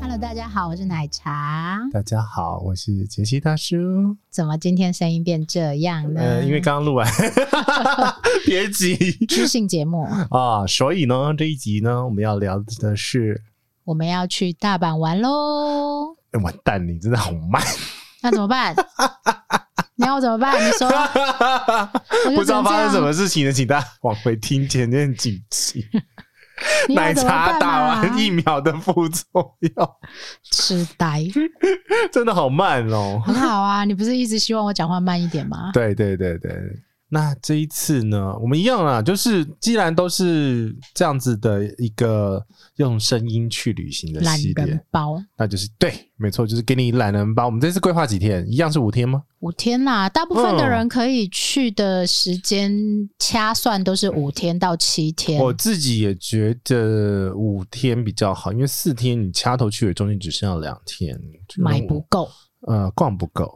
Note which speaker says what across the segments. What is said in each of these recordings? Speaker 1: Hello，大家好，我是奶茶。
Speaker 2: 大家好，我是杰西大叔。
Speaker 1: 怎么今天声音变这样呢？
Speaker 2: 呃，因为刚刚录完 别急
Speaker 1: 知性节目，
Speaker 2: 啊，所以呢，这一集呢，我们要聊的是，
Speaker 1: 我们要去大阪玩喽。
Speaker 2: 哎完蛋，你真的好 慢，
Speaker 1: 那怎 么办？你要我怎么办？你说，我就
Speaker 2: 不知道
Speaker 1: 只能这
Speaker 2: 发
Speaker 1: 样
Speaker 2: 生什么事情呢，请大家往回听前面几集。
Speaker 1: 你要
Speaker 2: 奶
Speaker 1: 我怎么办
Speaker 2: 茶
Speaker 1: 啊
Speaker 2: 打完疫苗的副作用，
Speaker 1: 痴呆，
Speaker 2: 真的好慢哦。
Speaker 1: 很好啊。你不是一直希望我讲话慢一点 吗？
Speaker 2: 对对对对，那这一次呢，我们一样啦，就是既然都是这样子的一个用声音去旅行的
Speaker 1: 懒
Speaker 2: 系列
Speaker 1: 人，包
Speaker 2: 那就是对，没错，就是给你懒人包。我们这次规划几天？一样是五天吗？
Speaker 1: 五天啦，大部分的
Speaker 2: 嗯
Speaker 1: 人可以去的时间掐算都是五天到七天。
Speaker 2: 我自己也觉得五天比较好，因为四天你掐头去尾，中间只剩下两天，就
Speaker 1: 买
Speaker 2: 让我
Speaker 1: 不够，
Speaker 2: 呃逛不够，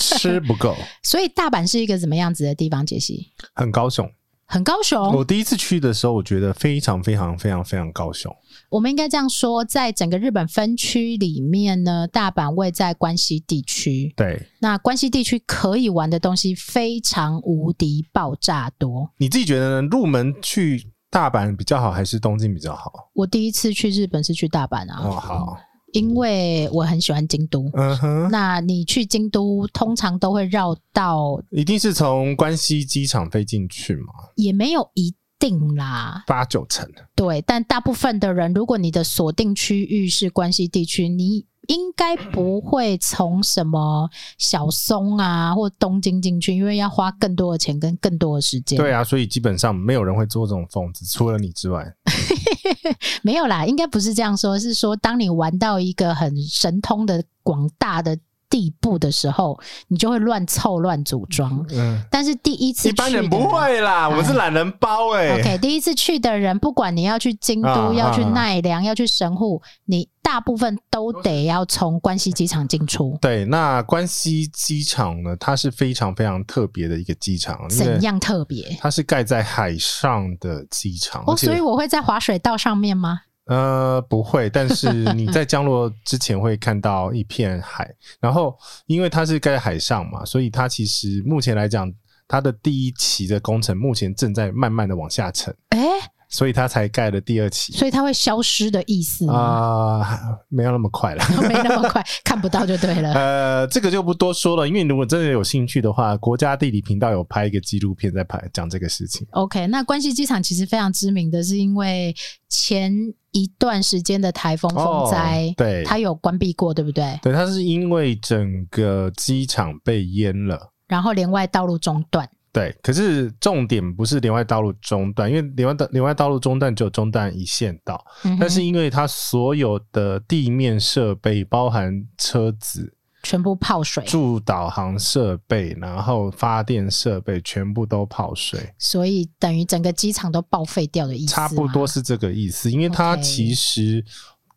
Speaker 2: 吃不够，
Speaker 1: 所以大阪是一个怎么样子的地方？杰西，
Speaker 2: 很高雄。
Speaker 1: 很高雄。
Speaker 2: 我第一次去的时候，我觉得非常非常非常非常高雄。
Speaker 1: 我们应该这样说，在整个日本分区里面呢，大阪位在关西地区。
Speaker 2: 对
Speaker 1: 那关西地区可以玩的东西非常无敌爆炸多。
Speaker 2: 你自己觉得呢？入门去大阪比较好，还是东京比较好？
Speaker 1: 我第一次去日本是去大阪啊，
Speaker 2: 哦，好，
Speaker 1: 因为我很喜欢京都。
Speaker 2: 嗯哼，
Speaker 1: 那你去京都，通常都会绕到，
Speaker 2: 一定是从关西机场飞进去嘛，
Speaker 1: 也没有一定啦，
Speaker 2: 八九成。
Speaker 1: 对。但大部分的人，如果你的锁定区域是关西地区，你应该不会从什么小松啊或东京进去，因为要花更多的钱跟更多的时间。
Speaker 2: 对啊，所以基本上没有人会做这种疯子，除了你之外。
Speaker 1: 没有啦，应该不是这样说，是说当你玩到一个很神通的广大的地步的时候，你就会乱凑乱组装。
Speaker 2: 嗯，
Speaker 1: 但是第一次
Speaker 2: 一般人
Speaker 1: 去的
Speaker 2: 不。会啦，我们是懒人包哎、
Speaker 1: OK，第一次去的人，不管你要去京都、
Speaker 2: 啊
Speaker 1: 要去
Speaker 2: 啊啊
Speaker 1: 奈良、要去神户，你大部分都得要从关西机场进出。
Speaker 2: 对，那关西机场呢，它是非常非常特别的一个机场，因为
Speaker 1: 怎样特别？
Speaker 2: 它是盖在海上的机场，
Speaker 1: 哦，
Speaker 2: 而且
Speaker 1: 所以我会在滑水道上面吗？
Speaker 2: 呃，不会，但是你在降落之前会看到一片海，然后因为它是盖在海上嘛，所以它其实目前来讲，它的第一期的工程目前正在慢慢的往下沉，
Speaker 1: 哎、
Speaker 2: 所以它才盖了第二期。
Speaker 1: 所以它会消失的意思吗？
Speaker 2: 啊、没有那么快了。
Speaker 1: 没那么快，看不到就对 了。
Speaker 2: 呃，这个就不多说了，因为如果真的有兴趣的话，国家地理频道有拍一个纪录片在拍讲这个事情。
Speaker 1: OK，那关西机场其实非常知名的是因为前一段时间的台风风灾、
Speaker 2: 哦对
Speaker 1: 它有关闭过，对不对？
Speaker 2: 对，它是因为整个机场被淹了。
Speaker 1: 然后连外道路中断，
Speaker 2: 对，可是重点不是连外道路中断，因为连外道连外道路中断只有中断一线道，
Speaker 1: 嗯哼
Speaker 2: 但是因为它所有的地面设备，包含车子、
Speaker 1: 全部泡水，
Speaker 2: 助导航设备，然后发电设备，全部都泡水。
Speaker 1: 所以等于整个机场都报废掉的意思
Speaker 2: 差
Speaker 1: 吗。
Speaker 2: 不多是这个意思，因为它
Speaker 1: OK
Speaker 2: 其实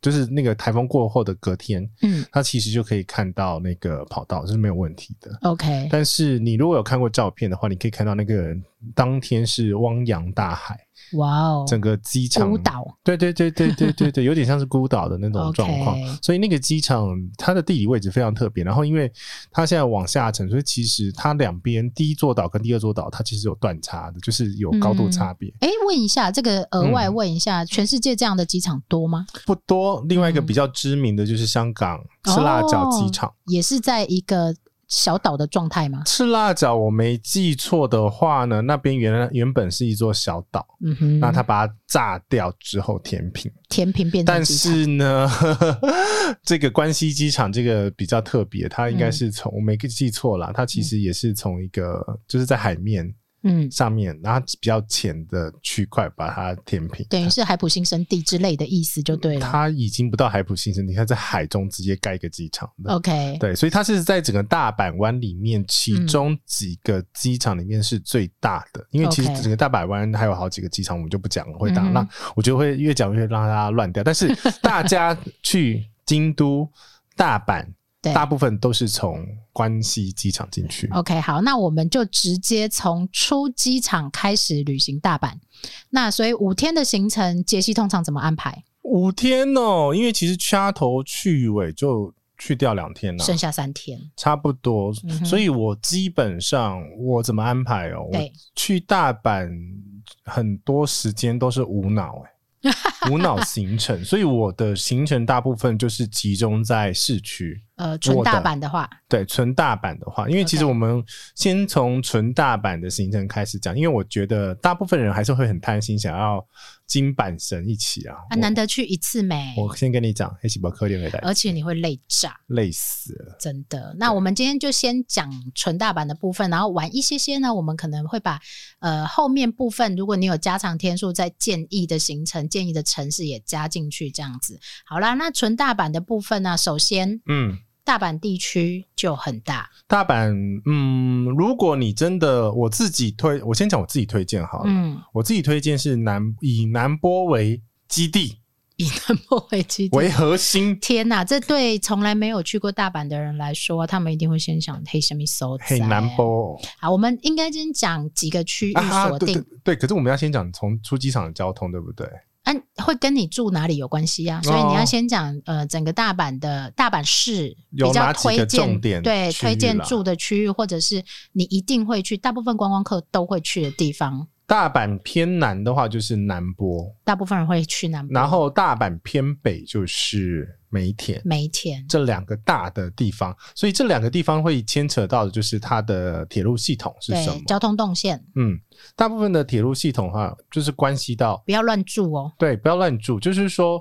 Speaker 2: 就是那个台风过后的隔天，
Speaker 1: 嗯
Speaker 2: 它其实就可以看到那个跑道是没有问题的。
Speaker 1: ，OK，
Speaker 2: 但是你如果有看过照片的话，你可以看到那个当天是汪洋大海，
Speaker 1: 哇哦，
Speaker 2: 整个机场
Speaker 1: 孤，岛
Speaker 2: 对对对对对对 对，有点像是孤岛的那种
Speaker 1: OK
Speaker 2: 状况。所以那个机场它的地理位置非常特别，然后因为它现在往下沉，所以其实它两边第一座岛跟第二座岛它其实有断差的，就是有高度
Speaker 1: 嗯
Speaker 2: 差别。
Speaker 1: 哎，问一下，这个额外问一下，全世界这样的机场多吗？
Speaker 2: 不多。另外一个
Speaker 1: 嗯
Speaker 2: 比较知名的就是香港赤辣椒机场。
Speaker 1: 哦也是在一个小岛的状态吗？
Speaker 2: 赤辣椒，我没记错的话呢，那边原来原本是一座小岛，
Speaker 1: 嗯哼，
Speaker 2: 那它把它炸掉之后填平。
Speaker 1: 填平变成
Speaker 2: 但
Speaker 1: 机场，
Speaker 2: 是呢， 呵呵这个关西机场这个比较特别，它应该是从、我没记错啦，它其实也是从一个就是在海面
Speaker 1: 嗯，
Speaker 2: 上面，然后比较浅的区块把它填平。
Speaker 1: 等于是海普新生地之类的意思就对了。
Speaker 2: 它已经不到海普新生地，它在海中直接盖一个机场的。
Speaker 1: OK，
Speaker 2: 对，所以它是在整个大阪湾里面，其中几个机场里面是最大
Speaker 1: 嗯
Speaker 2: 的。因为其实
Speaker 1: OK
Speaker 2: 整个大阪湾还有好几个机场，我们就不讲了，会打
Speaker 1: 嗯哼
Speaker 2: 那我觉得会越讲越让大家乱掉。但是大家去京都、大阪，
Speaker 1: 对哦
Speaker 2: 大部分都是从关西机场进去。
Speaker 1: OK，好，那我们就直接从出机场开始旅行大阪。那所以五天的行程，杰西通常怎么安排？
Speaker 2: 五天哦，因为其实掐头去尾就去掉两天了、
Speaker 1: 剩下三天。
Speaker 2: 差不多
Speaker 1: 嗯。哼
Speaker 2: 所以我基本上我怎么安排哦？我
Speaker 1: 对
Speaker 2: 去大阪很多时间都是无脑 哎、无脑行程，所以我的行程大部分就是集中在市区。
Speaker 1: 呃，纯
Speaker 2: 我的
Speaker 1: 大阪的话，
Speaker 2: 对，纯大阪的话，因为其实
Speaker 1: OK
Speaker 2: 我们先从纯大阪的行程开始讲，因为我觉得大部分人还是会很贪心，想要金阪神一起啊。
Speaker 1: 啊，难得呃去一次没，
Speaker 2: 我我先跟你讲，黑喜宝科联给大家
Speaker 1: 而且你会累炸，
Speaker 2: 累死了。
Speaker 1: 真
Speaker 2: 嗯
Speaker 1: 的。那我们今天就先讲纯大阪的部分，然后玩一些些呢，我们可能会把呃后面部分，如果你有加长天数，在建议的行程、建议的城市也加进去，这样子。好啦，那纯大阪的部分呢、首先
Speaker 2: 嗯，
Speaker 1: 大阪地区就很大，
Speaker 2: 大阪，嗯，如果你真的我自己推，我先讲我自己推荐好了。
Speaker 1: 嗯，
Speaker 2: 我自己推荐是南以南波为基地
Speaker 1: 以南波为基地。
Speaker 2: 为核 心，
Speaker 1: 天呐，这对从来没有去过大阪的人来说，他们一定会先想嘿，什么搜仔
Speaker 2: 嘿南波
Speaker 1: 好，我们应该先讲几个区域
Speaker 2: 啊啊，
Speaker 1: 锁
Speaker 2: 对
Speaker 1: 定，
Speaker 2: 对对，可是我们要先讲从出机场的交通，对不对？
Speaker 1: 嗯、会跟你住哪里有关系啊，
Speaker 2: 哦
Speaker 1: 所以你要先讲呃，整个大阪的大阪市
Speaker 2: 有
Speaker 1: 比较
Speaker 2: 哪几个
Speaker 1: 推荐
Speaker 2: 重点
Speaker 1: 对
Speaker 2: 区域
Speaker 1: 推荐
Speaker 2: 啦
Speaker 1: 住的区域，或者是你一定会去，大部分观光客都会去的地方，
Speaker 2: 大阪偏南的话就是南波，
Speaker 1: 大部分人会去南部
Speaker 2: 然后大阪偏北就是梅田。
Speaker 1: 梅田，
Speaker 2: 这两个大的地方，所以这两个地方会牵扯到的就是它的铁路系统是什
Speaker 1: 对
Speaker 2: 么。
Speaker 1: 交通动线，
Speaker 2: 嗯，大部分的铁路系统哈、就是关系到
Speaker 1: 不要乱住哦。
Speaker 2: 对，不要乱住。就是说，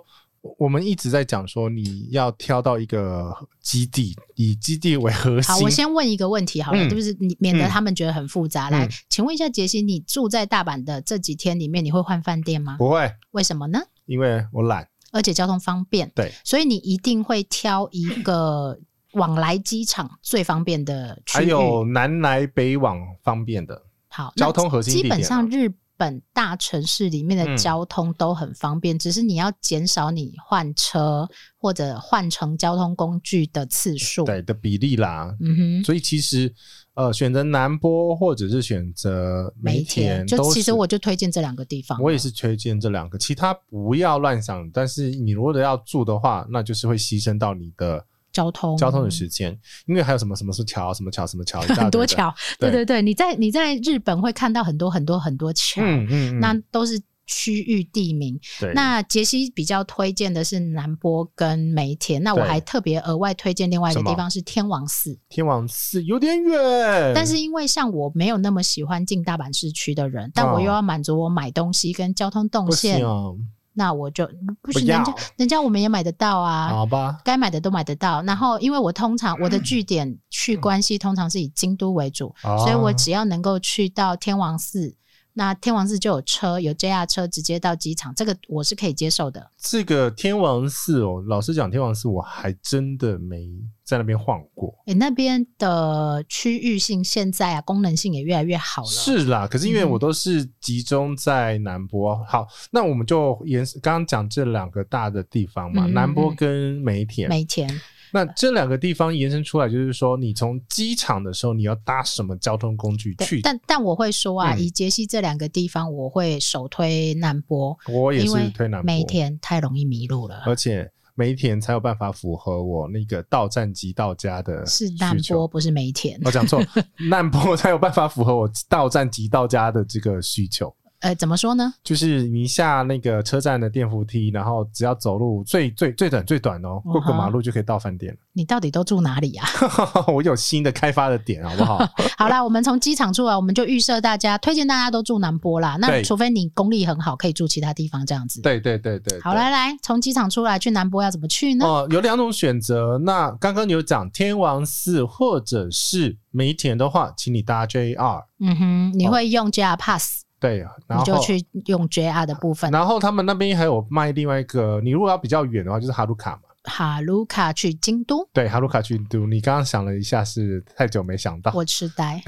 Speaker 2: 我们一直在讲说，你要挑到一个基地，以基地为核
Speaker 1: 好，
Speaker 2: 心
Speaker 1: 我。先问一个问题好了，
Speaker 2: 呃嗯
Speaker 1: 就是你免得
Speaker 2: 嗯
Speaker 1: 他们觉得很复杂。来
Speaker 2: 嗯，
Speaker 1: 请问一下杰西，你住在大阪的这几天里面，你会换饭店吗？
Speaker 2: 不会，
Speaker 1: 为什么呢？
Speaker 2: 因为我懒。
Speaker 1: 而且交通方便，
Speaker 2: 对，
Speaker 1: 所以你一定会挑一 个往来机场最方便的区
Speaker 2: 还
Speaker 1: 域。
Speaker 2: 有南来北往方便的，
Speaker 1: 好，
Speaker 2: 交通核心
Speaker 1: 基
Speaker 2: 地
Speaker 1: 本
Speaker 2: 点
Speaker 1: 上
Speaker 2: 啊
Speaker 1: 日本大城市里面的
Speaker 2: 嗯
Speaker 1: 交通都很方便，只是你要减少你换车或者换乘交通工具的次数。
Speaker 2: 对的比例啦。
Speaker 1: 嗯哼，
Speaker 2: 所以其实，呃，选择南波或者是选择梅田，
Speaker 1: 就
Speaker 2: 都
Speaker 1: 其实
Speaker 2: 是
Speaker 1: 我就推荐这两个地方。
Speaker 2: 我也是推荐这两个，其他不要乱想。但是你如果要住的话，那就是会牺牲到你的
Speaker 1: 交通
Speaker 2: 交通的时间，因为还有什么什么是桥，什么桥，什么桥，一大堆
Speaker 1: 很多
Speaker 2: 的。
Speaker 1: 桥，对
Speaker 2: 对
Speaker 1: 对对，你在你在日本会看到很多很多很多桥，
Speaker 2: 嗯嗯，嗯
Speaker 1: 那都是区域地名。
Speaker 2: 对
Speaker 1: 那杰西比较推荐的是南波跟梅田，那我
Speaker 2: 对
Speaker 1: 还特别额外推荐另外一个
Speaker 2: 什么
Speaker 1: 地方是天王寺，
Speaker 2: 天王寺有点远，
Speaker 1: 但是因为像我没有那么喜欢进大阪市区的人，但我又要满足我买东西跟交通动
Speaker 2: 哦不
Speaker 1: 线
Speaker 2: 行，哦
Speaker 1: 那我就不
Speaker 2: 不
Speaker 1: 行，
Speaker 2: 要哦
Speaker 1: 人家人家我们也买得到啊，
Speaker 2: 好吧，
Speaker 1: 该买的都买得到。然后，因为我通常我的据点去关西通常是以京都为主，
Speaker 2: 哦
Speaker 1: 所以我只要能够去到天王寺，那天王寺就有车，有 JR 车直接到机场，这个我是可以接受的。
Speaker 2: 这个天王寺哦，老实讲，天王寺我还真的没在那边晃过。
Speaker 1: 诶，那边的区域性现在啊，功能性也越来越好了。，
Speaker 2: 是啦，可是因为我都是集中在南波。好，那我们就延刚刚讲这两个大的地方嘛，
Speaker 1: 嗯嗯
Speaker 2: 南波
Speaker 1: 嗯
Speaker 2: 跟梅田。
Speaker 1: 每天
Speaker 2: 那这两个地方延伸出来，就是说你从机场的时候，你要搭什么交通工具
Speaker 1: 对，
Speaker 2: 去？
Speaker 1: 但但我会说啊，
Speaker 2: 嗯
Speaker 1: 以杰西这两个地方，我会首推南波，
Speaker 2: 我也
Speaker 1: 因
Speaker 2: 是
Speaker 1: 为
Speaker 2: 推南波，
Speaker 1: 每天太容易迷路了。
Speaker 2: 而且梅田才有办法符合我那个到站即到家的
Speaker 1: 是
Speaker 2: 需
Speaker 1: 南
Speaker 2: 求嗯哦
Speaker 1: 波，。不是梅田
Speaker 2: 我。讲错，难波才有办法符合我到站即到家的这个需求。
Speaker 1: 呃，怎么说呢？
Speaker 2: 就是你下那个车站的电扶梯，然后只要走路最最最短最短哦，
Speaker 1: 嗯
Speaker 2: 过个马路就可以到饭店了。
Speaker 1: 你到底都住哪里呀、啊
Speaker 2: 我有新的开发的点，好不好？
Speaker 1: 好啦，我们从机场出啊来，我们就预设大家推荐大家都住南波啦。那
Speaker 2: 对
Speaker 1: 除非你功力很好，可以住其他地方这样子。
Speaker 2: 对对对对，
Speaker 1: 好，
Speaker 2: 对
Speaker 1: 来来，从机场出来去南波要怎么去呢？
Speaker 2: 哦，有两种选择。那刚刚有讲天王寺或者是梅田的话，请你搭 JR。
Speaker 1: 嗯哼，你会用 JR Pass，、
Speaker 2: 对，哦然
Speaker 1: 你
Speaker 2: 后
Speaker 1: 就去用 JR 的部分。
Speaker 2: 然后他们那边还有卖另外一个，你如果要比较远的话，就是哈鲁卡嘛。
Speaker 1: 哈卢卡去京都，
Speaker 2: 对，哈鲁卡去读。你刚刚想了一下，是太久没想到。
Speaker 1: 我痴 呆，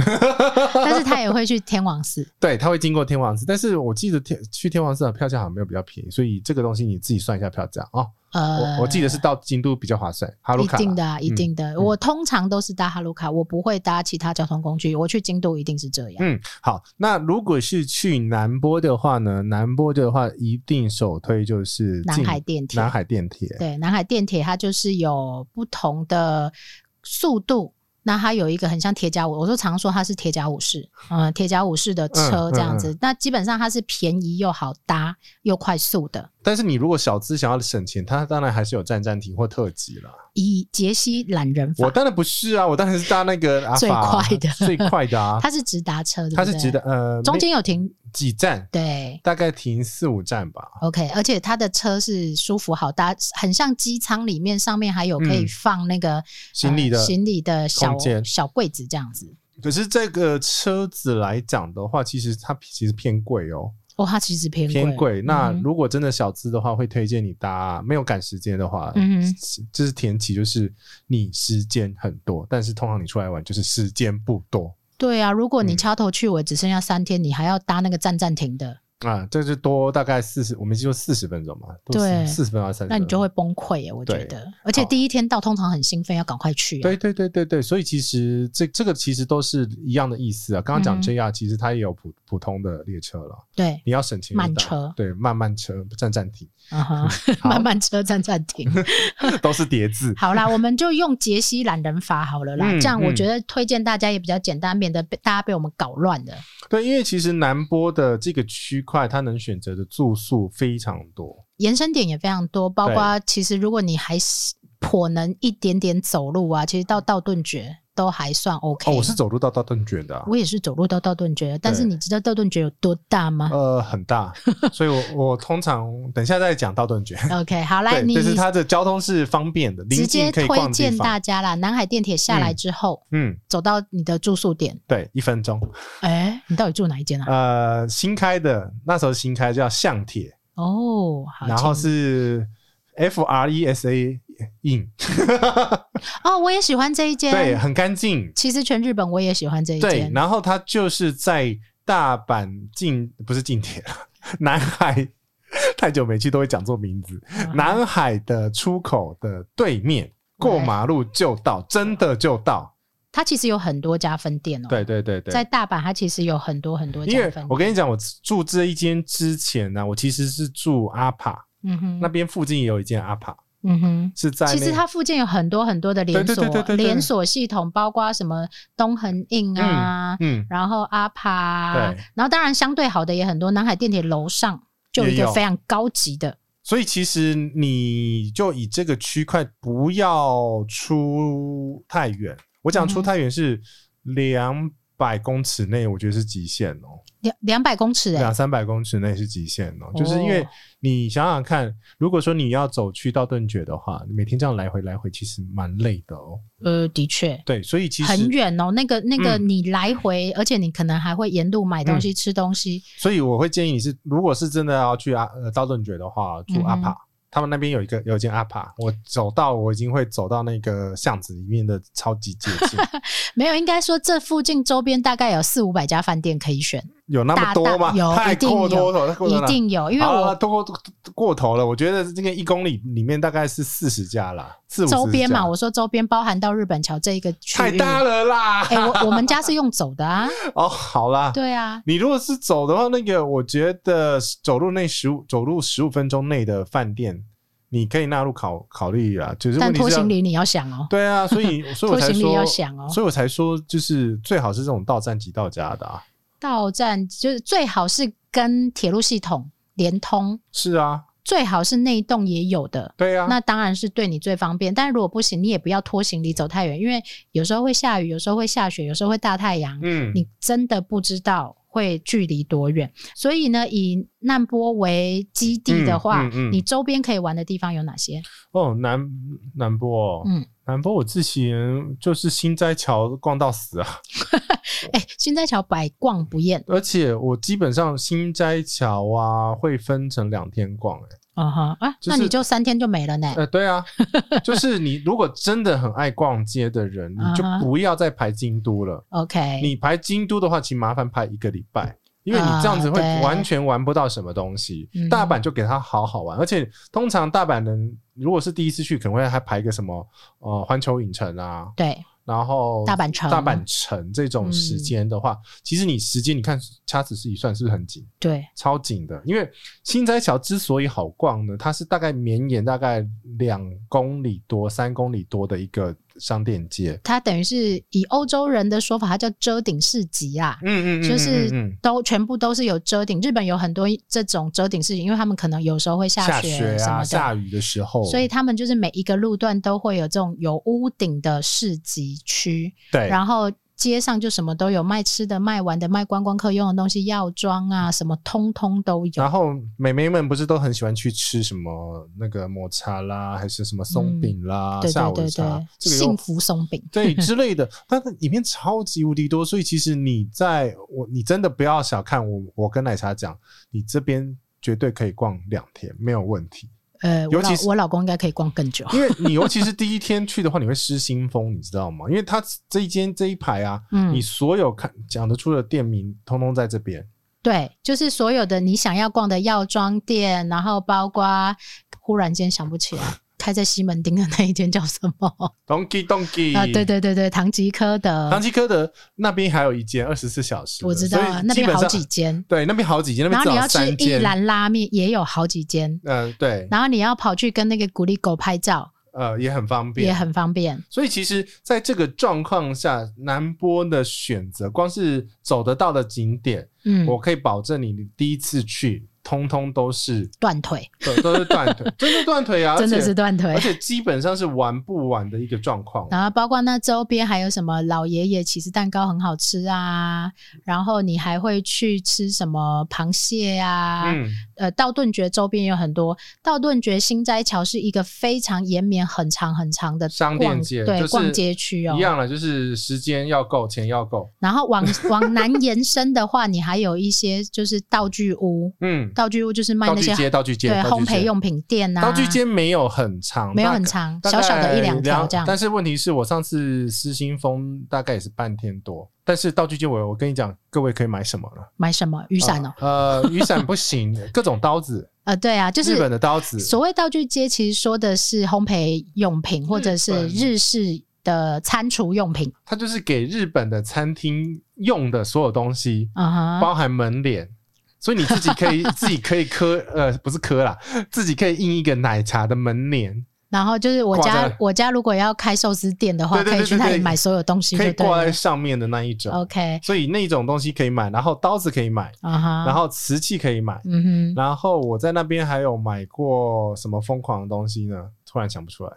Speaker 1: 但是他也会去天王寺。
Speaker 2: 对，它会经过天王寺，但是我记得天去天王寺的票价好像没有比较便宜，所以这个东西你自己算一下票价哦。
Speaker 1: 呃，
Speaker 2: 我我记得是到京都比较划算，哈鲁
Speaker 1: 一
Speaker 2: 卡啦
Speaker 1: 定的、啊，一定的。
Speaker 2: 嗯
Speaker 1: 我通常都是搭哈卢卡，我不会搭其他交通工具。我去京都一定是这样。
Speaker 2: 嗯，好，那如果是去南波的话呢？南波的话，一定首推就是
Speaker 1: 南
Speaker 2: 进
Speaker 1: 海电铁
Speaker 2: 南海电铁，
Speaker 1: 对，南海电铁它就是有不同的速度。那它有一个很像铁甲武，我就常说它是铁甲武士，嗯，铁甲武士的车
Speaker 2: 嗯
Speaker 1: 这样子。那基本上它是便宜又好搭又快速的。
Speaker 2: 但是你如果小资想要省钱，它当然还是有站站停或特急啦。
Speaker 1: 以杰西懒人 法
Speaker 2: 我，当然不是啊，我当然是搭那个阿
Speaker 1: 最
Speaker 2: 法啊
Speaker 1: 快的
Speaker 2: 最快的 啊。
Speaker 1: 它是直达车，对不
Speaker 2: 它
Speaker 1: 对？
Speaker 2: 是直的，呃，
Speaker 1: 中间
Speaker 2: 没
Speaker 1: 有停，
Speaker 2: 几站，
Speaker 1: 对
Speaker 2: 大概停四五站吧。
Speaker 1: ，OK，而且它的车是舒服好搭，很像机舱里面上面还有可以
Speaker 2: 嗯
Speaker 1: 放那个、
Speaker 2: 行李的
Speaker 1: 呃行李的小
Speaker 2: 空间
Speaker 1: 小柜子这样子。
Speaker 2: 可是这个车子来讲的话，其实它其实偏贵哦，
Speaker 1: 哦，它其实偏贵，
Speaker 2: 偏贵。那
Speaker 1: 嗯哼
Speaker 2: 如果真的小资的话，会推荐你搭没有赶时间的话，
Speaker 1: 嗯哼
Speaker 2: 这是前提，就是你时间很多，但是通常你出来玩就是时间不多
Speaker 1: 对啊，如果你
Speaker 2: 嗯
Speaker 1: 掐头去尾只剩下三天，你还要搭那个站站停的，
Speaker 2: 啊，这就多大概四十，我们就四十分钟嘛，
Speaker 1: 对
Speaker 2: 四十分钟还是三十，
Speaker 1: 那你就会崩溃耶！我觉
Speaker 2: 对
Speaker 1: 得，而且第一天到通常很兴奋，要赶快去、啊。
Speaker 2: 对对对对对，所以其实这这个其实都是一样的意思啊。刚刚
Speaker 1: 嗯
Speaker 2: 讲 JR，、其实它也有普普通的列车了，
Speaker 1: 对，
Speaker 2: 你要省钱就
Speaker 1: 慢
Speaker 2: 搭
Speaker 1: 车
Speaker 2: 对慢慢车站站停，
Speaker 1: 嗯哼，
Speaker 2: 好
Speaker 1: 慢慢车站站 停。
Speaker 2: 都是叠字。
Speaker 1: 好啦，我们就用杰西懒人法好了啦，
Speaker 2: 嗯
Speaker 1: 这样我
Speaker 2: 嗯
Speaker 1: 觉得推荐大家也比较简单，免得被大家被我们搞乱了。
Speaker 2: 对，因为其实南波的这个区块，它能选择的住宿非常多。哦
Speaker 1: 延伸点也非常多，包括其实如果你还是颇能一点点走路啊，其实到道顿崛都还算
Speaker 2: 嗯
Speaker 1: OK。
Speaker 2: 哦，我是走路到道顿崛的啊、
Speaker 1: 我也是走路到道顿崛，但是
Speaker 2: 对
Speaker 1: 你知道道顿崛有多大吗？
Speaker 2: 呃，很大，所以我我通常等一下再讲道顿崛。
Speaker 1: OK，好， 来
Speaker 2: 哦对，
Speaker 1: 你
Speaker 2: 就是它的交通是方便的，
Speaker 1: 直
Speaker 2: 临
Speaker 1: 接
Speaker 2: 近可以
Speaker 1: 推
Speaker 2: 逛的
Speaker 1: 荐
Speaker 2: 地
Speaker 1: 大
Speaker 2: 方。
Speaker 1: 家啦。南海电铁下来之后，
Speaker 2: 嗯，
Speaker 1: 走到你的住宿点，
Speaker 2: 对，一分钟。
Speaker 1: 哎、你到底住哪一间啊？
Speaker 2: 呃，新开的，那时候新开叫象铁，
Speaker 1: 哦，好，
Speaker 2: 呃然后
Speaker 1: 请
Speaker 2: 是 F R E S A in，
Speaker 1: 哦，我也喜欢这一间。
Speaker 2: 对，，很干净，
Speaker 1: 其实全日本我也喜欢这一
Speaker 2: 对
Speaker 1: 间。。
Speaker 2: 然后它就是在大阪近，不是近铁了，南海，太久没去都会讲错名字。
Speaker 1: 哦嗯
Speaker 2: 南海的出口的对面，过马路就到，真的就到。
Speaker 1: 它其实有很多家分店哦。
Speaker 2: 对对对
Speaker 1: 在
Speaker 2: 对。
Speaker 1: 大阪它其实有很多很多
Speaker 2: 因
Speaker 1: 家
Speaker 2: 为
Speaker 1: 分
Speaker 2: 我
Speaker 1: 店。
Speaker 2: 跟你讲，我住这一间之前呢、我其实是住阿帕
Speaker 1: 嗯哼，
Speaker 2: 那边附近也有一间阿帕，
Speaker 1: 嗯哼。
Speaker 2: 是在
Speaker 1: 其
Speaker 2: 那
Speaker 1: 实它附近有很多很多的连
Speaker 2: 对对对
Speaker 1: 锁
Speaker 2: 对对对
Speaker 1: 连锁系统，包括什么东恒印啊，
Speaker 2: 嗯
Speaker 1: 然后阿帕啊
Speaker 2: 对，
Speaker 1: 然后当然相对好的也很多。南海电铁楼上就有一
Speaker 2: 也
Speaker 1: 个
Speaker 2: 有
Speaker 1: 非常高级的，
Speaker 2: 所以其实你就以这个区块不要出太远。我讲
Speaker 1: 嗯
Speaker 2: 出太远是两百公尺内，我觉得是极限哦，
Speaker 1: 两两百公尺哎、
Speaker 2: 两三百公尺内是极限哦
Speaker 1: 哦。
Speaker 2: 就是因为你想想看，如果说你要走去到顿觉的话，每天这样来回来回，其实蛮累的哦。
Speaker 1: 呃，的确。
Speaker 2: 对，所以其
Speaker 1: 很
Speaker 2: 实，
Speaker 1: 远哦，那个那个
Speaker 2: 嗯
Speaker 1: 你来回，而且你可能还会沿路买东西、吃东西，
Speaker 2: 所以我会建议你是，如果是真的要去阿呃到顿觉的话，
Speaker 1: 嗯
Speaker 2: 住阿帕。他们那边有一个有一间阿帕，我走到我已经会走到那个巷子里面的超级接近，
Speaker 1: 没有，应该说这附近周边大概有四五百家饭店可以选，
Speaker 2: 有那么多吗
Speaker 1: 大大？有
Speaker 2: 太
Speaker 1: 一定
Speaker 2: 过
Speaker 1: 有
Speaker 2: 多头，太过多
Speaker 1: 一
Speaker 2: 了。
Speaker 1: 定有，因为
Speaker 2: 好啊了
Speaker 1: 我
Speaker 2: 多过过头了，我觉得这个一公里里面大概是四十家啦，四五十
Speaker 1: 周边嘛，
Speaker 2: 家
Speaker 1: 我说周边包含到日本桥这一个区域。
Speaker 2: 太大了啦。
Speaker 1: 哎、我我们家是用走 的啊，
Speaker 2: 哦，好啦，
Speaker 1: 对啊，
Speaker 2: 你如果是走的话，那个我觉得走路内十五走路十五分钟内的饭店，你可以纳入考考虑啊。就是
Speaker 1: 但
Speaker 2: 问题
Speaker 1: 拖
Speaker 2: 是要
Speaker 1: 行李你要想哦，
Speaker 2: 对啊，所以所以我
Speaker 1: 拖
Speaker 2: 才
Speaker 1: 行李要
Speaker 2: 说，
Speaker 1: 想哦
Speaker 2: 所以我才说，就是最好是这种到站即到家的啊。
Speaker 1: 到站就是最好是跟铁路系统连通，
Speaker 2: 是啊，
Speaker 1: 最好是那一栋也有的。
Speaker 2: 对啊，
Speaker 1: 那当然是对你最方便，但如果不行，你也不要拖行李走太远，因为有时候会下雨，有时候会下雪，有时候会大太阳，
Speaker 2: 嗯，
Speaker 1: 你真的不知道会距离多远。所以呢，以难波为基地的话，
Speaker 2: 嗯嗯嗯
Speaker 1: 你周边可以玩的地方有哪些？
Speaker 2: 哦，南南波、哦，
Speaker 1: 嗯，
Speaker 2: 南波，我之前就是新斋桥逛到死啊，
Speaker 1: 哎、新斋桥百逛不厌，
Speaker 2: 而且我基本上新斋桥啊会分成两天逛、欸，
Speaker 1: 啊哈啊，
Speaker 2: 就是
Speaker 1: 那你就三天就没了呢。
Speaker 2: 呃，对啊，就是你如果真的很爱逛街的人，你就
Speaker 1: 啊哈
Speaker 2: 不要再排京都了。
Speaker 1: OK，
Speaker 2: 呃你排京都的话，请麻烦排一个礼拜，因为你这样子会
Speaker 1: 啊对
Speaker 2: 完全玩不到什么东西。
Speaker 1: 嗯
Speaker 2: 大阪就给它好好玩，而且通常大阪人如果是第一次去，可能会还排一个什么呃环球影城啊，
Speaker 1: 对
Speaker 2: 然后
Speaker 1: 大阪城
Speaker 2: 大阪城嗯这种时间的话，其实你时间你看掐指自己算是不是很紧？
Speaker 1: 对，
Speaker 2: 超紧的，因为新斋桥之所以好逛呢，它是大概绵延大概两公里多、三公里多的一个商店街。
Speaker 1: 它等于是以欧洲人的说法，它叫遮顶市集啊。
Speaker 2: 嗯
Speaker 1: 就是
Speaker 2: 嗯嗯
Speaker 1: 都全部都是有遮顶，日本有很多这种遮顶事情，因为他们可能有时候会
Speaker 2: 下
Speaker 1: 雪
Speaker 2: 雪
Speaker 1: 什么
Speaker 2: 啊、
Speaker 1: 的，
Speaker 2: 下雨的时候，
Speaker 1: 所以他们就是每一个路段都会有这种有屋顶的市集区，
Speaker 2: 对，
Speaker 1: 然后街上就什么都有，卖吃的、卖玩的、卖观光客用的东西、药妆啊，什么通通都有。
Speaker 2: 然后美眉们不是都很喜欢去吃什么那个抹茶啦，还是什么松嗯饼啦、
Speaker 1: 对
Speaker 2: 下
Speaker 1: 对
Speaker 2: 午
Speaker 1: 对
Speaker 2: 茶
Speaker 1: 对，，
Speaker 2: 这个
Speaker 1: 幸
Speaker 2: 又
Speaker 1: 福松饼。
Speaker 2: 对之类的，但是里面超级无敌多，所以其实你在我你真的不要小看我，我跟奶茶讲，你这边绝对可以逛两天，没有问题。
Speaker 1: 呃，我
Speaker 2: 尤
Speaker 1: 老
Speaker 2: 其是
Speaker 1: 我老公应该可以逛更久。
Speaker 2: 因为你尤其是第一天去的话，你会失心疯，你知道吗？因为它这一间这一排啊，
Speaker 1: 嗯
Speaker 2: 你，所有看讲得出的店名，通通在这边。
Speaker 1: 对，就是所有的你想要逛的药妆店，然后包括忽然间想不起来。开在西门町的那一间叫什么
Speaker 2: Donkey Donkey
Speaker 1: 啊？对，对对对，唐吉诃德，
Speaker 2: 唐吉诃德那边还有一间二十四小时的，
Speaker 1: 我知道
Speaker 2: 所
Speaker 1: 啊
Speaker 2: 以，
Speaker 1: 那
Speaker 2: 基
Speaker 1: 边
Speaker 2: 本
Speaker 1: 好
Speaker 2: 上
Speaker 1: 几间。
Speaker 2: 对，那边好几间，那
Speaker 1: 然
Speaker 2: 边至少
Speaker 1: 后你要吃
Speaker 2: 三
Speaker 1: 一
Speaker 2: 间。
Speaker 1: 兰拉面也有好几间，
Speaker 2: 嗯、对，
Speaker 1: 然后你要跑去跟那个古力狗拍照
Speaker 2: 呃，也很方便，
Speaker 1: 也很方便。
Speaker 2: 所以其实，在这个状况下，南波的选择，光是走得到的景点，
Speaker 1: 嗯，
Speaker 2: 我可以保证你，你第一次去，通通都是
Speaker 1: 断腿
Speaker 2: 都都是断腿，真的断腿啊！
Speaker 1: 真的是
Speaker 2: 而且
Speaker 1: 断腿啊
Speaker 2: 而，且基本上是玩不完的一个状况。
Speaker 1: 然后包括那周边还有什么老爷爷起司蛋糕很好吃啊，然后你还会去吃什么螃蟹啊，
Speaker 2: 嗯，
Speaker 1: 呃，道顿崛周边有很多，道顿崛新斋桥是一个非常延绵很长很长的
Speaker 2: 商
Speaker 1: 逛
Speaker 2: 店街
Speaker 1: 对，
Speaker 2: 就是
Speaker 1: 逛街区哦，
Speaker 2: 一样了，就是时间要够，钱要够。
Speaker 1: 然后往往南延伸的话，你还有一些就是道具屋，
Speaker 2: 嗯，
Speaker 1: 道具屋就是卖
Speaker 2: 道
Speaker 1: 那
Speaker 2: 具
Speaker 1: 些
Speaker 2: 街，道具街，
Speaker 1: 对
Speaker 2: 道具
Speaker 1: 烘
Speaker 2: 街
Speaker 1: 焙用品店呐、啊。
Speaker 2: 道具街没有很长，
Speaker 1: 没有
Speaker 2: 大
Speaker 1: 很
Speaker 2: 概
Speaker 1: 长，
Speaker 2: 大
Speaker 1: 小小的
Speaker 2: 概
Speaker 1: 一两条这样。
Speaker 2: 但是问题是我上次失心疯大概也是半天多，但是道具街我我跟你讲，各位可以买什么了？
Speaker 1: 买什么雨
Speaker 2: 雨
Speaker 1: 伞哦？
Speaker 2: 呃，雨伞不行，各种刀子，
Speaker 1: 呃，对 啊，就
Speaker 2: 日本
Speaker 1: 是
Speaker 2: 的刀子，
Speaker 1: 所谓道具街，其实说的是烘焙用品或者
Speaker 2: 嗯
Speaker 1: 是日式的餐厨用品。
Speaker 2: 它就是给日本的餐厅用的所有东西，
Speaker 1: 嗯哼，
Speaker 2: 包含门脸。所以你自己可 以自己可以刻呃不是刻啦，自己可以印一个奶茶的门脸，
Speaker 1: 然后就是我
Speaker 2: 挂
Speaker 1: 家
Speaker 2: 在
Speaker 1: 我家如果要开寿司店的话，
Speaker 2: 对对
Speaker 1: 可以
Speaker 2: 对
Speaker 1: 去那
Speaker 2: 对
Speaker 1: 里
Speaker 2: 对
Speaker 1: 买所有东西，
Speaker 2: 可以
Speaker 1: 就对
Speaker 2: 挂在
Speaker 1: 了。
Speaker 2: 上面的那一种。
Speaker 1: OK，
Speaker 2: 所以那种东西可以买，然后刀子可以买，
Speaker 1: 啊哈，
Speaker 2: 然后瓷器可以买，
Speaker 1: 嗯哼，
Speaker 2: 然后我在那边还有买过什么疯狂的东西呢？突然想不 出来。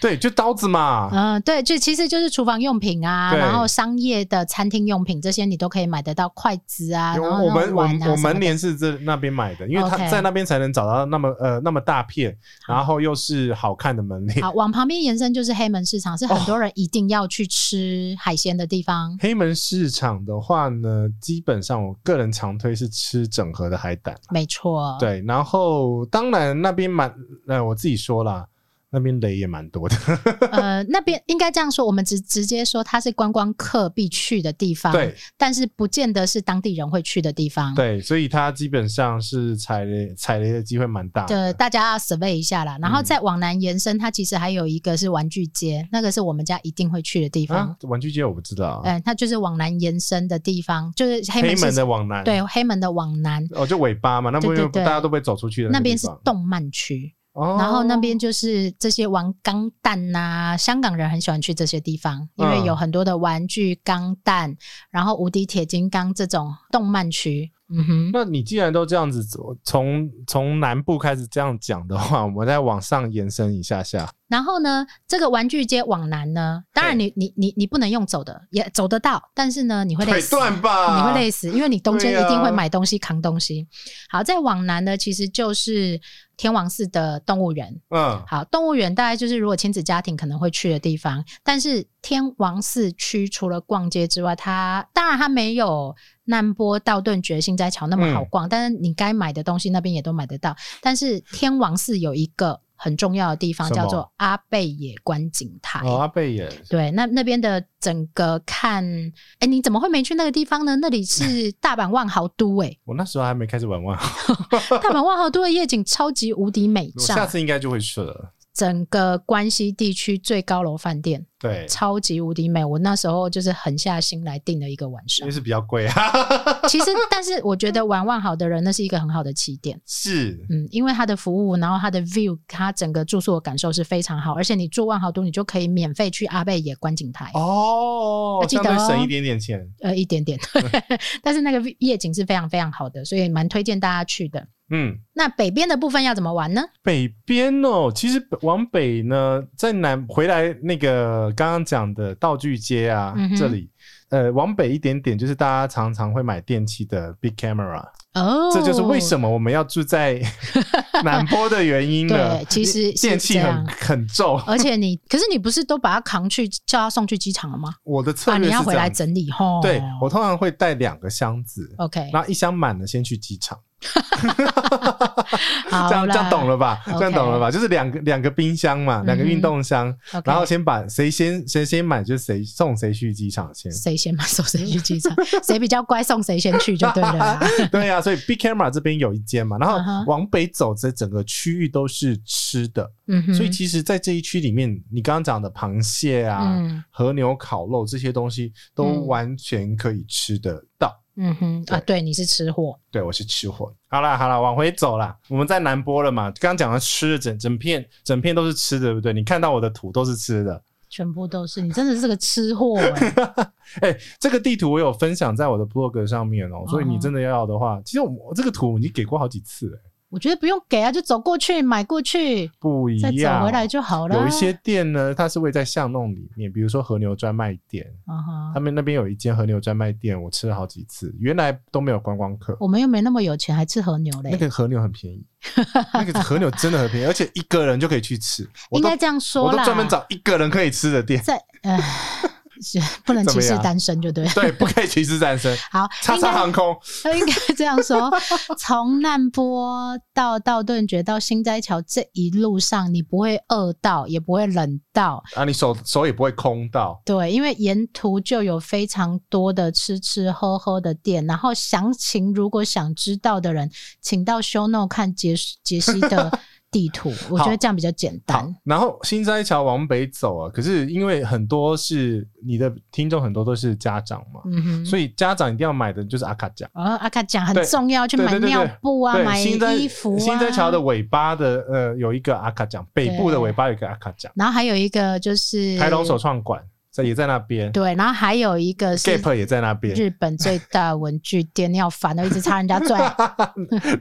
Speaker 2: 对，就刀子嘛。
Speaker 1: 嗯，对，就其实就是厨房用品啊，
Speaker 2: 对
Speaker 1: 然后商业的餐厅用品这些你都可以买得到，筷子啊，
Speaker 2: 有
Speaker 1: 然后
Speaker 2: 我
Speaker 1: 那
Speaker 2: 们我
Speaker 1: 种碗啊
Speaker 2: 们我
Speaker 1: 什么
Speaker 2: 们
Speaker 1: 的
Speaker 2: 连是这那边买的，因为他
Speaker 1: OK
Speaker 2: 在那边才能找到那么呃那么大片，然后又是好看的门脸
Speaker 1: 好，。往旁边延伸就是黑门市场，是
Speaker 2: 哦
Speaker 1: 很多人一定要去吃海鲜的地方。
Speaker 2: 黑门市场的话呢，基本上我个人常推是吃整盒的海胆，
Speaker 1: 没错，，
Speaker 2: 对。然后当然那边蛮呃我自己说啦，那边雷也蛮多的，
Speaker 1: 呃，那边应该这样说，我们直直接说它是观光客必去的地方，
Speaker 2: 对，
Speaker 1: 但是不见得是当地人会去的地方。
Speaker 2: 对，所以它基本上是踩雷踩雷的机会蛮大
Speaker 1: 呃，
Speaker 2: 的。
Speaker 1: 大家要 survey 一下啦，然后
Speaker 2: 啊嗯
Speaker 1: 再往南延伸，它其实还有一个是玩具街，那个是我们家一定会去的地方
Speaker 2: 啊。，玩具街我不知道啊，
Speaker 1: 嗯、它就是往南延伸的地方，就是黑
Speaker 2: 黑
Speaker 1: 门市
Speaker 2: 门的往南，
Speaker 1: 对黑门的往南
Speaker 2: 哦，就尾巴嘛，那
Speaker 1: 对
Speaker 2: 不
Speaker 1: 对
Speaker 2: 就
Speaker 1: 对
Speaker 2: 大家都被走出去的
Speaker 1: 那
Speaker 2: 个地
Speaker 1: 边是
Speaker 2: 方
Speaker 1: 动漫区，
Speaker 2: 哦
Speaker 1: 然后那边就是这些玩钢弹呐、香港人很喜欢去这些地方，因为
Speaker 2: 嗯
Speaker 1: 有很多的玩具钢弹，然后无敌铁金刚这种动漫区。嗯哼，
Speaker 2: 哦那你既然都这样子走，从从南部开始这样讲的话，我 们再往上延伸一下下。
Speaker 1: 然后呢，这个玩具街往南呢，当然你你你你不能用走的，也走得到，但是呢，你会累
Speaker 2: 腿
Speaker 1: 死。
Speaker 2: 断吧，
Speaker 1: 你会累死，因为你东间
Speaker 2: 对啊
Speaker 1: 一定会买东西、扛东西。好，再往南呢，其实就是天王寺的动物园。
Speaker 2: 嗯，
Speaker 1: 好，动物园大概就是如果亲子家庭可能会去的地方，但是天王寺区除了逛街之外，它当然它没有难波、道顿崛新斋桥那
Speaker 2: 嗯
Speaker 1: 么好逛，但是你该买的东西那边也都买得到。但是天王寺有一个很重要的地方
Speaker 2: 什么
Speaker 1: 叫做阿贝野观景台。
Speaker 2: 哦，阿贝也
Speaker 1: 对，那那边的整个看，哎、你怎么会没去那个地方呢？那 里是大阪万豪都、诶，
Speaker 2: 我那时候还没开始玩玩，
Speaker 1: 哎，大阪万豪都的夜景超级无敌美
Speaker 2: 我下
Speaker 1: 照，
Speaker 2: 次应该就会去了。
Speaker 1: 整个关西地区最高楼饭店，
Speaker 2: 对，
Speaker 1: 超级无敌美。我那时候就是狠下心来订了一个晚
Speaker 2: 因
Speaker 1: 上
Speaker 2: 为。是比较贵啊。
Speaker 1: 其实，但是我觉
Speaker 2: 嗯
Speaker 1: 得玩万豪的人，那是一个很好的起点。
Speaker 2: 是，
Speaker 1: 嗯，因为它的服务，然后它的 view，它整个住宿的感受是非常好，而且你住万豪都，你就可以免费去阿贝野观景台。
Speaker 2: 哦
Speaker 1: 要，记
Speaker 2: 相
Speaker 1: 得
Speaker 2: 对
Speaker 1: 哦
Speaker 2: 省一点点钱。
Speaker 1: 呃，一点点， 但是那个夜景是非常非常好的，所以蛮推荐大家去的。
Speaker 2: 嗯，
Speaker 1: 那北边的部分要怎么玩呢？
Speaker 2: 北边哦，其实往北呢，在南回来那个刚刚讲的道具街啊，
Speaker 1: 嗯哼
Speaker 2: 这里。呃，往北一点点就是大家常常会买电器的 Big Camera，、
Speaker 1: 哦，
Speaker 2: 这就是为什么我们要住 在南坡的原因了
Speaker 1: 对。其实是
Speaker 2: 电器
Speaker 1: 这
Speaker 2: 很
Speaker 1: 样
Speaker 2: 很重，
Speaker 1: 哦而且你， 可是你不是都把它扛去，叫他送去机场了吗？
Speaker 2: 我的策
Speaker 1: 啊，
Speaker 2: 略
Speaker 1: 你
Speaker 2: 是
Speaker 1: 要
Speaker 2: 这
Speaker 1: 回来
Speaker 2: 样子。
Speaker 1: 整理吼。
Speaker 2: 对我通常会带两个箱子，
Speaker 1: ，OK，
Speaker 2: 然后一箱满了先去机场，
Speaker 1: 好
Speaker 2: 这样
Speaker 1: 啦
Speaker 2: 这样懂了吧？
Speaker 1: OK 嗯
Speaker 2: 这样懂了吧？就是两个两个冰箱嘛，
Speaker 1: 哼
Speaker 2: 两个运动箱，
Speaker 1: OK
Speaker 2: 然后先把谁先谁先买就谁送谁去机场先。
Speaker 1: 谁先买 送谁去机场，谁比较乖送谁先去就对 了啦。
Speaker 2: 对呀、所以 Big Camera 这边有一间嘛，然
Speaker 1: 嗯
Speaker 2: 后
Speaker 1: 哼
Speaker 2: 往北走，这整个区域都是吃的，
Speaker 1: 嗯哼，
Speaker 2: 所以其实，在这一区里面，你刚刚讲的螃蟹啊、
Speaker 1: 嗯
Speaker 2: 和牛烤肉这些东西，都
Speaker 1: 嗯
Speaker 2: 完全可以吃得到。
Speaker 1: 嗯哼啊，对，你是吃货，
Speaker 2: 对，我是吃货。好啦好啦，往回走啦。我们在南波了嘛，刚刚讲的吃的整整片整片都是吃的，对不对？你看到我的图都是吃的。
Speaker 1: 全部都是你，真的是个吃货哎。
Speaker 2: 哎、这个地图我有分享在我的 blog 上面哦、所以你真的要的话，其实我我这个图已经给过好几次了、
Speaker 1: 我觉得不用给啊，就走过去买过去，
Speaker 2: 不一
Speaker 1: 再
Speaker 2: 样。
Speaker 1: 走回来就好了。
Speaker 2: 有一些店呢，它是位在巷弄里面，比如说和牛专卖店，
Speaker 1: 嗯哼
Speaker 2: 他们那边有一间和牛专卖店，我吃了好几次，原来都没有观光客。
Speaker 1: 我们又没那么有钱，还吃和牛嘞。
Speaker 2: 那个和牛很便 宜，那个和牛真的很便宜，而且一个人就可以去吃。我
Speaker 1: 应
Speaker 2: 都
Speaker 1: 该这样说
Speaker 2: 我
Speaker 1: 啦。
Speaker 2: 都专门找一个人可以吃的店，
Speaker 1: 在呃，是不能
Speaker 2: 怎
Speaker 1: 歧
Speaker 2: 么
Speaker 1: 视
Speaker 2: 样
Speaker 1: 单身就对。
Speaker 2: 对，不可以歧视战 生。
Speaker 1: 好，
Speaker 2: 叉
Speaker 1: 应
Speaker 2: 叉
Speaker 1: 该
Speaker 2: 航空，
Speaker 1: 应该这样说。 从难波到道顿崛到新斋桥这一路上，你不会饿到，也不会冷到，
Speaker 2: 啊，你手手也不会空到。
Speaker 1: 对，因为沿途就有非常多的吃吃喝喝的店。然后详情如果想知道的人，请到 Show No 看杰杰西 的地图，我觉
Speaker 2: 好
Speaker 1: 得这样比较简
Speaker 2: 好
Speaker 1: 单。，
Speaker 2: 然后新斋桥往北走啊，可是因为很多是你的听众，很多都是家长嘛，
Speaker 1: 嗯哼，
Speaker 2: 所以家长一定要买的就是阿卡酱。
Speaker 1: 然后阿卡讲很
Speaker 2: 对
Speaker 1: 重要，去
Speaker 2: 对
Speaker 1: 买
Speaker 2: 对对
Speaker 1: 尿
Speaker 2: 对
Speaker 1: 布啊，买
Speaker 2: 对，新斋
Speaker 1: 衣服啊。
Speaker 2: 新斋桥的尾巴的呃有一个阿卡酱，北部的尾巴有一个阿卡酱，
Speaker 1: 然后还有一个就是
Speaker 2: 台龙首创馆在也在那边
Speaker 1: 对，然后还有一个是
Speaker 2: ，Gap 也在那边。
Speaker 1: 日本最大的文具店，你好烦哦，一直插人家嘴。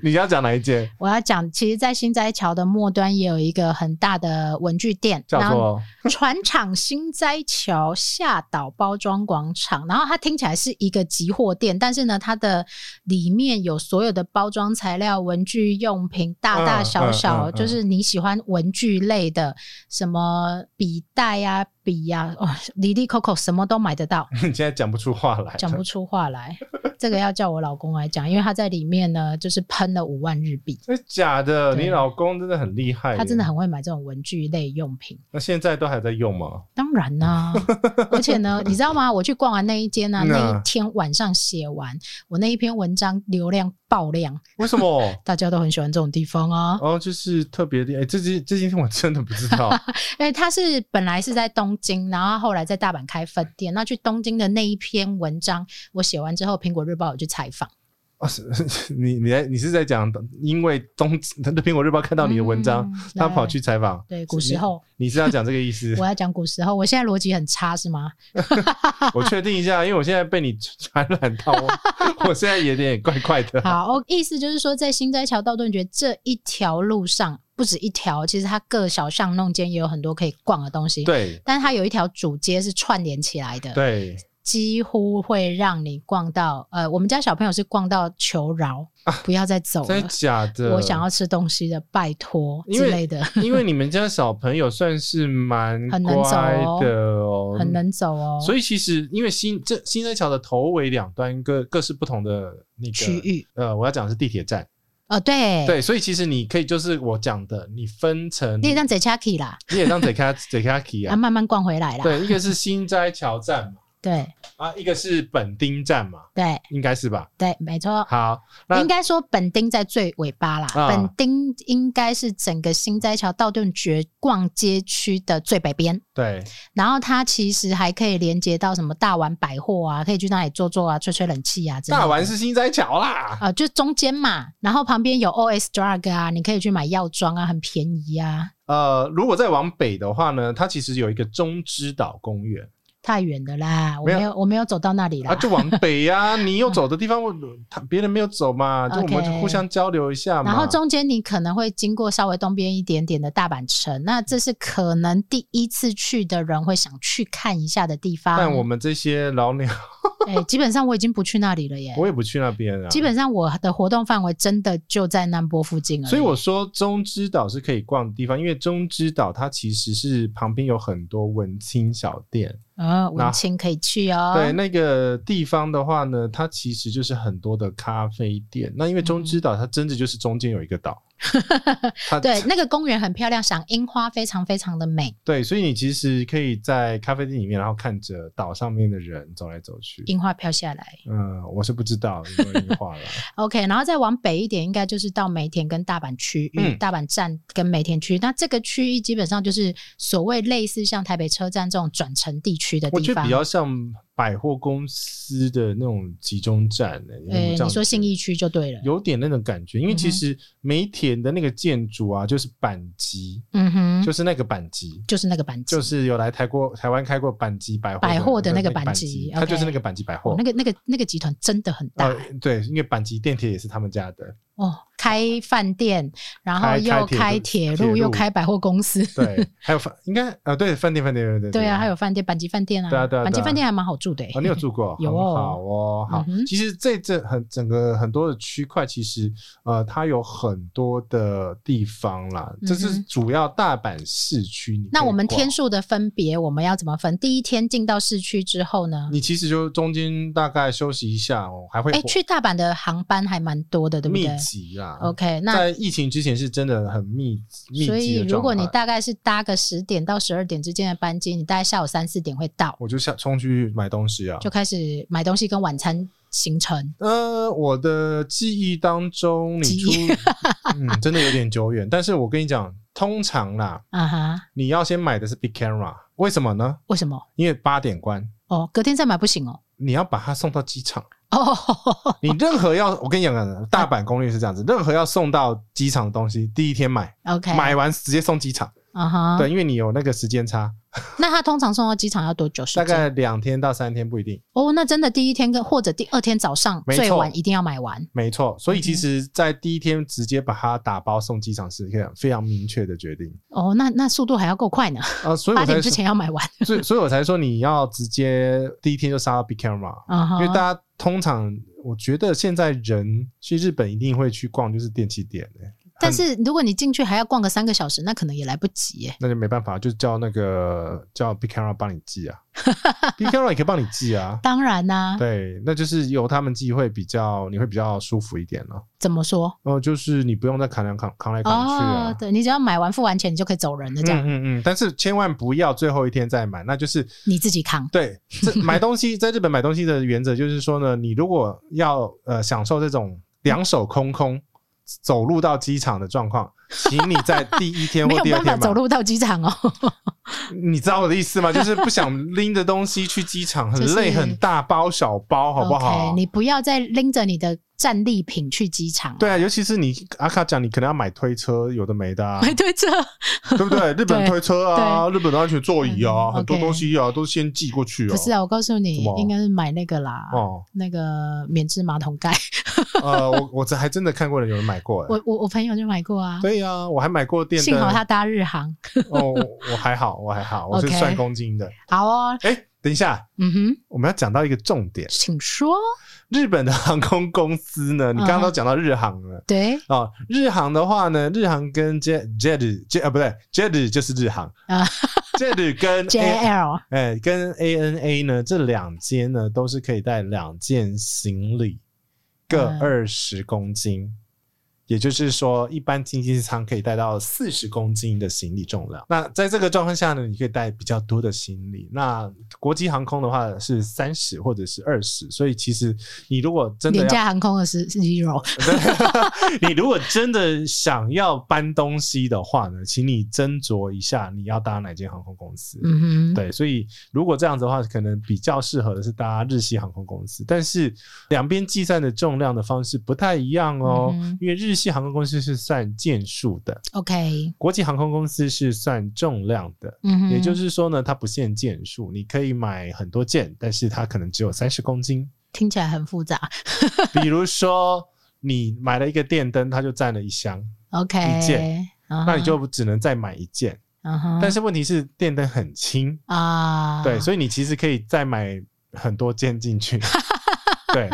Speaker 2: 你要讲哪一间？
Speaker 1: 我要讲，其实，在新斋桥的末端也有一个很大的文具店，
Speaker 2: 叫
Speaker 1: 然后
Speaker 2: 做
Speaker 1: 船厂新斋桥下岛包装广场。然后它听起来是一个集货店，但是呢，它的里面有所有的包装材料、文具用品，大大小
Speaker 2: 嗯嗯
Speaker 1: 小，
Speaker 2: 嗯嗯
Speaker 1: 就是你喜欢文具类的，什么笔袋呀、笔呀、哦，里里扣扣什么都买得到。
Speaker 2: 你现在讲不出话来，
Speaker 1: 讲不出话来，这个要叫我老公来讲，因为他在里面呢，就是喷了五万日币，
Speaker 2: 真的哎假的？
Speaker 1: 对
Speaker 2: 你老公真的很厉害耶，
Speaker 1: 他真的很会买这种文具类用品。
Speaker 2: 那现在都还在用吗？
Speaker 1: 当然 啦、而且呢，你知道吗？我去逛完那一间啊，
Speaker 2: 嗯啊
Speaker 1: 那一天晚上写完我那一篇文章，流量爆量，
Speaker 2: 为什 么？
Speaker 1: 大家都很喜欢这种地方啊。
Speaker 2: 哦，就是特别的，哎、这件这件事我真的不知 道。
Speaker 1: 因哎为他是本来是在东京，然后后来在大阪开分店。那去东京的那一篇文章，我写完之后，《苹果日报》有去采访。
Speaker 2: 啊是 是你你在你是在讲，因为东他的苹果日报看到你的文章，
Speaker 1: 嗯
Speaker 2: 他
Speaker 1: 来
Speaker 2: 跑去采访，
Speaker 1: 对古时候，
Speaker 2: 你是要讲这个意 思？
Speaker 1: 我要讲古时候，我现在逻辑很差是吗？
Speaker 2: 我确定一下，因为我现在被你传染 到，我我现在有点怪怪的。
Speaker 1: 好，哦意思就是说，在新斋桥道顿崛这一条路上，不止一条，其实它各小巷弄间也有很多可以逛的东西。，
Speaker 2: 对
Speaker 1: 但是它有一条主街是串联起来的，
Speaker 2: 对
Speaker 1: 几乎会让你逛到呃，我们家小朋友是逛到求饶，不要再走
Speaker 2: 啊真
Speaker 1: 了
Speaker 2: 的，假的？
Speaker 1: 我想要 吃东西的，拜托
Speaker 2: 因
Speaker 1: 之
Speaker 2: 为
Speaker 1: 类的，
Speaker 2: 因为你们家小朋友算是蛮
Speaker 1: 很能走
Speaker 2: 乖
Speaker 1: 哦
Speaker 2: 的哦，
Speaker 1: 很能走哦。
Speaker 2: 所以其实因为新这新生桥的头尾两端各各是不同的那个
Speaker 1: 区。域
Speaker 2: 呃，我要讲的是地铁站，
Speaker 1: 哦，对，
Speaker 2: 对，所以其实你可以就是我讲的，你分成
Speaker 1: 你也让 Zechaki 啦，
Speaker 2: 你也当 Zeka Zekaki
Speaker 1: 啊，
Speaker 2: 啊，
Speaker 1: 慢慢逛回来啦。
Speaker 2: 对，一个是新斋桥站嘛，
Speaker 1: 对
Speaker 2: 啊，一个是本町站嘛，
Speaker 1: 对
Speaker 2: 应该是吧？
Speaker 1: 对，没错。
Speaker 2: 好，那
Speaker 1: 应该说本町在最尾巴啦，
Speaker 2: 啊
Speaker 1: 本町应该是整个新斋桥道顿崛逛街区的最北边，
Speaker 2: 对
Speaker 1: 然后它其实还可以连接到什么大丸百货啊，可以去那里坐坐啊，吹吹冷气啊之类的。
Speaker 2: 大丸是新斋桥啦，
Speaker 1: 啊、就中间嘛，然后旁边有 OS Drug 啊，你可以去买药妆啊，很便宜啊，
Speaker 2: 呃，如果再往北的话呢，它其实有一个中之岛公园
Speaker 1: 太远的啦，我
Speaker 2: 没
Speaker 1: 没
Speaker 2: 有
Speaker 1: 有我没有走到那里啦。
Speaker 2: 啊，就往北 呀、你有走的地方，我他别人没有走嘛，就我们
Speaker 1: OK
Speaker 2: 互相交流一下嘛。
Speaker 1: 然后中间你可能会经过稍微东边一点点的大阪城，那这是可能第一次去的人会想去看一下的地方。
Speaker 2: 但我们这些老鸟，
Speaker 1: 哎、基本上我已经不去那里了耶。
Speaker 2: 我也不去那边啊。
Speaker 1: 基本上我的活动范围真的就在南波附近而已。
Speaker 2: 所以我说中之岛是可以逛的地方，因为中之岛它其实是旁边有很多文青小店。
Speaker 1: 呃，文青可以去哦。
Speaker 2: 对，那个地方的话呢，它其实就是很多的咖啡店。那因为中之
Speaker 1: 嗯
Speaker 2: 岛它真的就是中间有一个岛，它
Speaker 1: 对，那个公园很漂亮，赏樱花非常非常的美，
Speaker 2: 对，所以你其实可以在咖啡店里面，然后看着岛上面的人走来走去。
Speaker 1: 樱花飘下来。
Speaker 2: 嗯，我是不知道有没有樱 花啦。
Speaker 1: OK，然后再往北一点，应该就是到梅田跟大阪区域，
Speaker 2: 嗯
Speaker 1: 大阪站跟梅田区。那这个区域基本上就是所谓类似像台北车站这种转乘地区的
Speaker 2: 我
Speaker 1: 地
Speaker 2: 觉得
Speaker 1: 方
Speaker 2: 比。较像百货公司的那种集中站、欸。有没有
Speaker 1: 呃
Speaker 2: 这，样
Speaker 1: 你
Speaker 2: 觉
Speaker 1: 说信
Speaker 2: 得
Speaker 1: 义区就对了。
Speaker 2: 有点那种感觉，因为其
Speaker 1: 嗯哼
Speaker 2: 实梅田的那个建筑啊，就是板级，
Speaker 1: 嗯哼，
Speaker 2: 就是那个板级。
Speaker 1: 就是那个板子，
Speaker 2: 就是有来台过台湾开过板级百货
Speaker 1: 百货的那个
Speaker 2: 板
Speaker 1: 板级
Speaker 2: 它就是
Speaker 1: OK
Speaker 2: 那个板级百
Speaker 1: 哦
Speaker 2: 货
Speaker 1: 那。个那个那个集团真的很大、
Speaker 2: 呃，对，因为板级电铁也是他们家的，
Speaker 1: 哦，开饭店，然后
Speaker 2: 开
Speaker 1: 又
Speaker 2: 开
Speaker 1: 开
Speaker 2: 铁
Speaker 1: 铁
Speaker 2: 路
Speaker 1: 路，
Speaker 2: 铁路
Speaker 1: 又开百货公司。
Speaker 2: 对，还有饭应该啊，对，饭店饭店对对
Speaker 1: 对啊，还
Speaker 2: 有
Speaker 1: 有饭店，板级饭店啊，
Speaker 2: 对啊对啊对啊
Speaker 1: 板级饭店还蛮好住的、欸。
Speaker 2: 哦， 你有住过，
Speaker 1: 有
Speaker 2: 很
Speaker 1: 哦
Speaker 2: 好哦，好。
Speaker 1: 嗯哼
Speaker 2: 其实这这很整个很多的区块，其实呃，它有很多的地方啦，这是
Speaker 1: 嗯哼
Speaker 2: 主要大阪市区。你
Speaker 1: 那
Speaker 2: 可以
Speaker 1: 我们
Speaker 2: 逛
Speaker 1: 天数的分别，我们要怎么分？第一天进到市区之后呢？
Speaker 2: 你其实就中间大概休息一下哦，还会
Speaker 1: 哎、去大阪的航班还蛮多的，对不
Speaker 2: 密
Speaker 1: 对
Speaker 2: 集啦。嗯
Speaker 1: ？OK，那
Speaker 2: 在疫情之前是真的很密密
Speaker 1: 所
Speaker 2: 集
Speaker 1: 以
Speaker 2: 的
Speaker 1: 如果
Speaker 2: 状
Speaker 1: 你
Speaker 2: 态。
Speaker 1: 大概是搭个十点到十二点之间的班机，你大概下午三四点会到，
Speaker 2: 我就下冲去买东西啊。
Speaker 1: 就开始买东西跟晚餐行程。
Speaker 2: 呃，我的记忆当中，你
Speaker 1: 记
Speaker 2: 出
Speaker 1: 忆
Speaker 2: 嗯，真的有点久远。但是我跟你讲，通常啦，
Speaker 1: 啊哈，
Speaker 2: 你要先买的是 Big Camera，为什么呢？
Speaker 1: 为什么？
Speaker 2: 因为八点关，
Speaker 1: 哦，隔天再买不行哦。
Speaker 2: 你要把它送到机场。
Speaker 1: 哦，
Speaker 2: 你任何要，我跟你讲啊，大阪攻略是这样子，任何要送到机场的东西，第一天买，
Speaker 1: OK，
Speaker 2: 买完直接送机场。
Speaker 1: 啊哈，
Speaker 2: 对，因为你有那个时间差，
Speaker 1: 那他通常送到机场要多久时
Speaker 2: 大
Speaker 1: 间？
Speaker 2: 概两天到三天不一定。
Speaker 1: 哦，那真的第一天跟或者第二天早上
Speaker 2: 没错
Speaker 1: 最晚一定要买完。
Speaker 2: 没错，所以其
Speaker 1: 嗯哼
Speaker 2: 实，在第一天直接把它打包送机场是一个非常明确的决定
Speaker 1: 哦，那那速度还要够快呢，
Speaker 2: 啊、所以
Speaker 1: 八
Speaker 2: 我才
Speaker 1: 点之
Speaker 2: 说，
Speaker 1: 前要买完。
Speaker 2: 所以所以我才说你要直接第一天就杀到 Big Camera，、
Speaker 1: 啊
Speaker 2: 因
Speaker 1: 哈，
Speaker 2: 为大家通常我觉得现在人去日本一定会去逛就是电器店、欸、
Speaker 1: 但是如果你进去还要逛个三个小时，那可能也来不及耶。
Speaker 2: 那就没办法，就叫那个叫 Big Camera 帮你寄 啊，Big Camera 也可以帮你寄啊。
Speaker 1: 当然啦、
Speaker 2: 对，那就是由他们寄会比较，你会比较舒服一点了、
Speaker 1: 怎么说？
Speaker 2: 哦，就是你不用再扛来扛扛来扛去啊。
Speaker 1: 哦，对你只要买完付完钱，你就可以走人了，这样、
Speaker 2: 嗯嗯嗯，但是千万不要最后一天再买，那就是
Speaker 1: 你自己扛。
Speaker 2: 对这买东西在日本买东西的原则就是说呢，你如果要呃享受这种两手空空走路到机场的状况，请你在第一天
Speaker 1: 没
Speaker 2: 或
Speaker 1: 有
Speaker 2: 第二
Speaker 1: 办法
Speaker 2: 天
Speaker 1: 走
Speaker 2: 啊买。
Speaker 1: 路到机场哦，
Speaker 2: 你知道我的意思吗？就是不想拎着东西去机场，很
Speaker 1: 就 是
Speaker 2: 累，很大包小包，好不
Speaker 1: o
Speaker 2: 好
Speaker 1: k？你不要再拎着你的战利品去机场、啊。
Speaker 2: 对啊，尤其是你阿卡讲，你可能要买推车，有的没的、 啊，
Speaker 1: 买推车，
Speaker 2: 对不对？日本推车啊，日本的安全座椅啊，
Speaker 1: 嗯
Speaker 2: 很多
Speaker 1: OK
Speaker 2: 东西啊，都是先寄过去啊。
Speaker 1: 不是啊，我告诉你
Speaker 2: 什么，
Speaker 1: 应该是买那个啦，
Speaker 2: 哦，
Speaker 1: 那个免治马桶盖。
Speaker 2: 呃，我 我这还真的看过有人买过、欸，
Speaker 1: 我我我朋友就买过啊，
Speaker 2: 对呀、我还买过电灯。
Speaker 1: 幸好他搭日航。
Speaker 2: 哦，我我还好，我还好，我是
Speaker 1: OK
Speaker 2: 算公斤的。
Speaker 1: 好哦，
Speaker 2: 哎、等一下，
Speaker 1: 嗯哼，
Speaker 2: 我们要讲到一个重点，
Speaker 1: 请说。
Speaker 2: 日本的航空公司呢，你刚刚
Speaker 1: 嗯
Speaker 2: 都
Speaker 1: 哼
Speaker 2: 讲到日航了。
Speaker 1: 对，
Speaker 2: 哦，日航的话呢，日航跟 Jet Jet Jet 啊，不对，Jet 就是日航
Speaker 1: 啊
Speaker 2: ，Jet 跟 A-
Speaker 1: JL
Speaker 2: 哎跟 ANA 呢这两间呢都是可以带两件行李各
Speaker 1: 嗯
Speaker 2: 二十公斤，也就是说一般经济舱可以带到四十公斤的行李重量。那在这个状况下呢，你可以带比较多的行李。那国际航空的话是三十或者是二十，所以其实你如果真的
Speaker 1: 廉
Speaker 2: 要
Speaker 1: 价航空的是是 Zero，
Speaker 2: 对你如果真的想要搬东西的话呢，请你斟酌一下你要搭哪间航空公司。
Speaker 1: 嗯哼，
Speaker 2: 对，所以如果这样子的话，可能比较适合的是搭日系航空公司，但是两边计算的重量的方式不太一样哦，
Speaker 1: 嗯哼
Speaker 2: 因为日系航空公司是算件数的，
Speaker 1: ，OK，
Speaker 2: 国际航空公司是算重量的。
Speaker 1: 嗯哼，
Speaker 2: 也就是说呢，它不限件数，你可以买很多件，但是它可能只有三十公 斤。
Speaker 1: 听起来很复杂
Speaker 2: 比如说，你买了一个电灯，它就占了一箱，
Speaker 1: ，OK，
Speaker 2: 一件
Speaker 1: 啊哈，
Speaker 2: 那你就只能再买一件。
Speaker 1: 啊哈，
Speaker 2: 但是问题是电灯很轻，
Speaker 1: 啊，
Speaker 2: 对，所以你其实可以再买很多件进 去。对，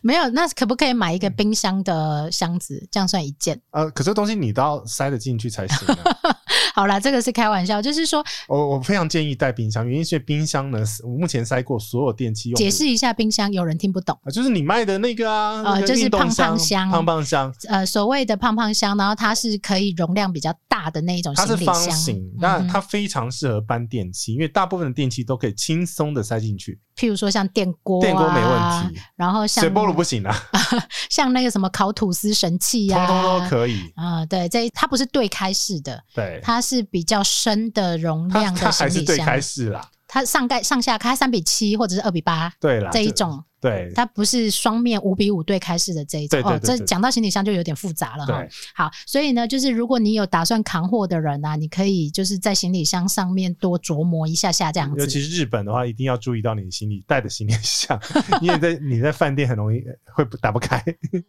Speaker 1: 没有，那可不可以买
Speaker 2: 嗯
Speaker 1: 一个冰箱的箱子？这样算一件？
Speaker 2: 呃，可是东西你都要塞得进去才行、啊。
Speaker 1: 好啦，这个是开玩笑，就是说
Speaker 2: 我我非常建议带冰箱，原因是因为冰箱呢，我目前塞过所有电器用品。
Speaker 1: 解释一下冰箱，有人听不懂。
Speaker 2: 啊，就是你卖的那个啊，那个
Speaker 1: 就是
Speaker 2: 运动
Speaker 1: 胖
Speaker 2: 箱
Speaker 1: 胖箱
Speaker 2: 胖胖箱，
Speaker 1: 呃，所谓的胖胖箱，然后它是可以容量比较大的那一种
Speaker 2: 它
Speaker 1: 行
Speaker 2: 是
Speaker 1: 李
Speaker 2: 方
Speaker 1: 箱，
Speaker 2: 形，
Speaker 1: 嗯
Speaker 2: 那
Speaker 1: 哼
Speaker 2: 它非常适合搬电器，因为大部分的电器都可以轻松的塞进去，
Speaker 1: 譬如说像电锅、啊，
Speaker 2: 电锅没问题，
Speaker 1: 然后
Speaker 2: 水
Speaker 1: 像
Speaker 2: 波炉不行啊，
Speaker 1: 像那个什么烤吐司神器呀、
Speaker 2: 通
Speaker 1: 啊，
Speaker 2: 通都可以。
Speaker 1: 啊、对，这它不是对开式的，
Speaker 2: 对，
Speaker 1: 它是比较深的容
Speaker 2: 它
Speaker 1: 量
Speaker 2: 它
Speaker 1: 的
Speaker 2: 还
Speaker 1: 行
Speaker 2: 是
Speaker 1: 李
Speaker 2: 对
Speaker 1: 箱，
Speaker 2: 开式啦，
Speaker 1: 它上盖上下开三比七或者是二比八
Speaker 2: 啊对啦，
Speaker 1: 这一
Speaker 2: 就
Speaker 1: 种，
Speaker 2: 对
Speaker 1: 它不是双面五比五对开式的这一种
Speaker 2: 对对
Speaker 1: 哦。
Speaker 2: 对
Speaker 1: 这
Speaker 2: 对
Speaker 1: 讲到行李箱就有点复杂了哈
Speaker 2: 对。，
Speaker 1: 好，所以呢，就是如果你有打算扛货的人啊，你可以就是在行李箱上面多琢磨一下下这样
Speaker 2: 尤
Speaker 1: 子。
Speaker 2: 其是日本的话，一定要注意到你行李带的行李箱， 因为在你在饭店很容易会不打不开。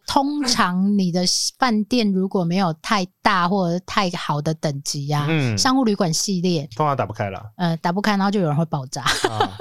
Speaker 1: 通常你的饭店如果没有太大或者太好的等级呀、
Speaker 2: 嗯，
Speaker 1: 商务旅馆系列，
Speaker 2: 通常打不开了
Speaker 1: 呃，打不开，然后就有人会爆炸。
Speaker 2: 啊。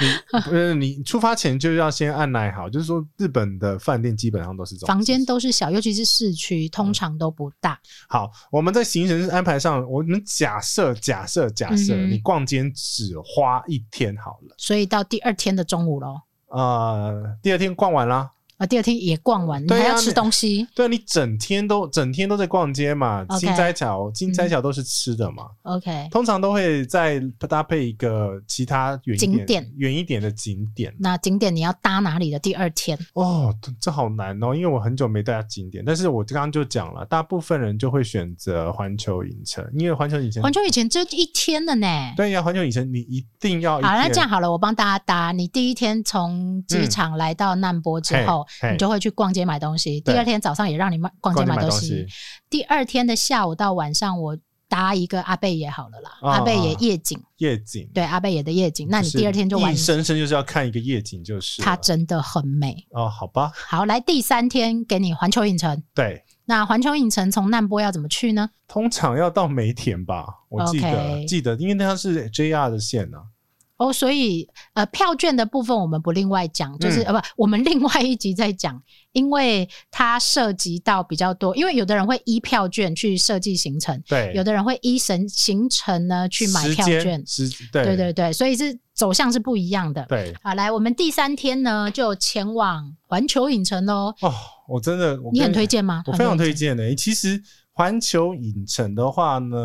Speaker 2: 你不是你出发前就要先按耐好，就是说日本的饭店基本上都是这种
Speaker 1: 房间
Speaker 2: 事情
Speaker 1: 都是小，尤其是市区，通常都不大。
Speaker 2: 好。我们在行程安排上，我们假设假设假设、
Speaker 1: 嗯哼
Speaker 2: 你逛街只花一天好了，
Speaker 1: 所以到第二天的中午喽，
Speaker 2: 呃，第二天逛完啦，
Speaker 1: 啊，第二天也逛完，你
Speaker 2: 对啊
Speaker 1: 还要吃
Speaker 2: 你
Speaker 1: 东西。
Speaker 2: 对啊，你整天都整天都在逛街嘛，
Speaker 1: OK 嗯
Speaker 2: 金斋桥金斋桥都是吃的嘛，
Speaker 1: OK，
Speaker 2: 通常都会再搭配一个其他远一
Speaker 1: 景
Speaker 2: 点
Speaker 1: 点、
Speaker 2: 远一点的景点。
Speaker 1: 那景点你要搭哪里的第二天？
Speaker 2: 哦，这这好难哦，因为我很久没带到景点，但是我刚刚就讲了，大部分人就会选择环球影城，因为环球影城
Speaker 1: 环，球以前就一天了呢。
Speaker 2: 啊对呀、环球影城你一定要一
Speaker 1: 好，那
Speaker 2: 天
Speaker 1: 这样好了，我帮大家搭。你第一天从机场来到难波之后，
Speaker 2: 嗯嘿嘿
Speaker 1: 你就会去逛街买东西。第
Speaker 2: 对
Speaker 1: 二天早上也让你买逛街
Speaker 2: 逛街
Speaker 1: 买
Speaker 2: 买
Speaker 1: 东
Speaker 2: 东
Speaker 1: 西
Speaker 2: 西。，
Speaker 1: 第二天的下午到晚上，我搭一个阿贝也好了啦，
Speaker 2: 啊
Speaker 1: 阿贝也夜景，
Speaker 2: 夜景，
Speaker 1: 对，阿贝也的夜景。那你
Speaker 2: 是
Speaker 1: 第二天就完
Speaker 2: 硬，生生就是要看一个夜景，就是了
Speaker 1: 它真的很美。
Speaker 2: 哦，好吧，
Speaker 1: 好，来第三天给你环球影城。
Speaker 2: 对，
Speaker 1: 那环球影城从难波要怎么去呢？
Speaker 2: 通常要到梅田吧，我记得
Speaker 1: OK
Speaker 2: 记得，因为它是 JR 的线啊呢、
Speaker 1: 哦，所以呃，票券的部分我们不另外讲，就是、
Speaker 2: 嗯
Speaker 1: 呃不， 我们另外一集再讲，因为它涉及到比较多，因为有的人会依票券去设计行程，
Speaker 2: 对，
Speaker 1: 有的人会依行行程呢去买
Speaker 2: 时
Speaker 1: 票
Speaker 2: 间
Speaker 1: 券，
Speaker 2: 时
Speaker 1: 对
Speaker 2: 对
Speaker 1: 对对，所以是走向是不一样的。
Speaker 2: 对
Speaker 1: 好，来，我们第三天呢就前往环球影城喽。
Speaker 2: 哦，我真的，我
Speaker 1: 你很
Speaker 2: 跟
Speaker 1: 推荐吗？
Speaker 2: 我非常推
Speaker 1: 环球影城。
Speaker 2: 荐的、其实环球影城的话呢，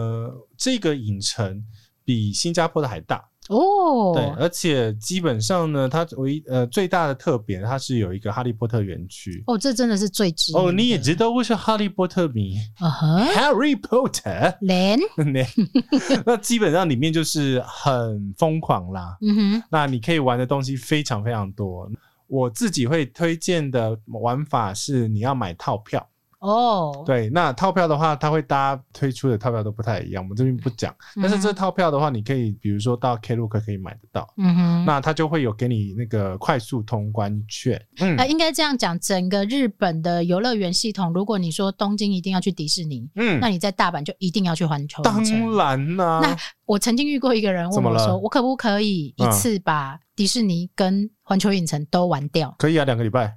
Speaker 2: 这个影城比新加坡的还大，对，
Speaker 1: 哦，
Speaker 2: 而且基本上呢，它唯一呃最大的特别，它是有一个哈利波特园区。
Speaker 1: 哦，这真的是最值
Speaker 2: 哦，你也
Speaker 1: 值，
Speaker 2: 知道我是哈利波特迷
Speaker 1: 嗯哼，。
Speaker 2: ，Harry Potter
Speaker 1: 连，
Speaker 2: 那基本上里面就是很疯狂啦，
Speaker 1: 嗯哼，
Speaker 2: 那你可以玩的东西非常非常多。我自己会推荐的玩法是你要买套票。
Speaker 1: 哦，
Speaker 2: 对，那套票的话，它会大家推出的套票都不太一样，我们这边
Speaker 1: 嗯
Speaker 2: 不讲。但是这套票的话，你可以比如说到 Klook 可以买得到，
Speaker 1: 嗯哼，
Speaker 2: 那它就会有给你那个快速通关券。嗯
Speaker 1: 呃，应该这样讲，整个日本的游乐园系统，如果你说东京一定要去迪士尼，
Speaker 2: 嗯
Speaker 1: 那，你在大阪就一定要去环球
Speaker 2: 当
Speaker 1: 影城。
Speaker 2: 然啦、
Speaker 1: 那我曾经遇过一个人
Speaker 2: 怎
Speaker 1: 问
Speaker 2: 么
Speaker 1: 我
Speaker 2: 了嗯
Speaker 1: 说：“我可不可以一次把迪士尼跟环球影城都玩掉
Speaker 2: 可以啊，两个礼拜。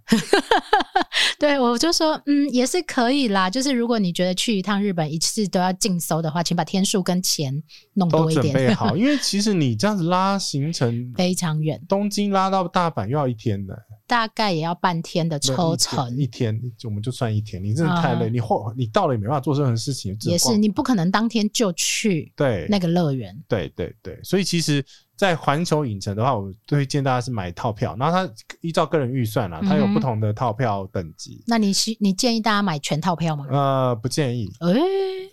Speaker 1: 对我就说：“嗯，也是可以啦。就是如果你觉得去一趟日本一次都要尽收的话，请把天数跟钱弄
Speaker 2: 都
Speaker 1: 多一
Speaker 2: 准备
Speaker 1: 点，
Speaker 2: 好，因为其实你这样子拉行程，
Speaker 1: 非常远，
Speaker 2: 东京拉到大阪又要一天的
Speaker 1: 大概也要半天的抽成。
Speaker 2: 一天一天我们就算一天，你真的太累，
Speaker 1: 嗯
Speaker 2: 你后你到了也没办法做任何事情，只能
Speaker 1: 也是，
Speaker 2: 逛
Speaker 1: 你不可能当天就去
Speaker 2: 对
Speaker 1: 那个乐园。
Speaker 2: 对对对，所以其实，在环球影城的话，我推荐大家是买套票，然后它依照个人预算啦，它有
Speaker 1: 嗯哼
Speaker 2: 不同的套票等级。
Speaker 1: 那你是你建议大家买全套票吗？
Speaker 2: 呃，不建议。
Speaker 1: 诶、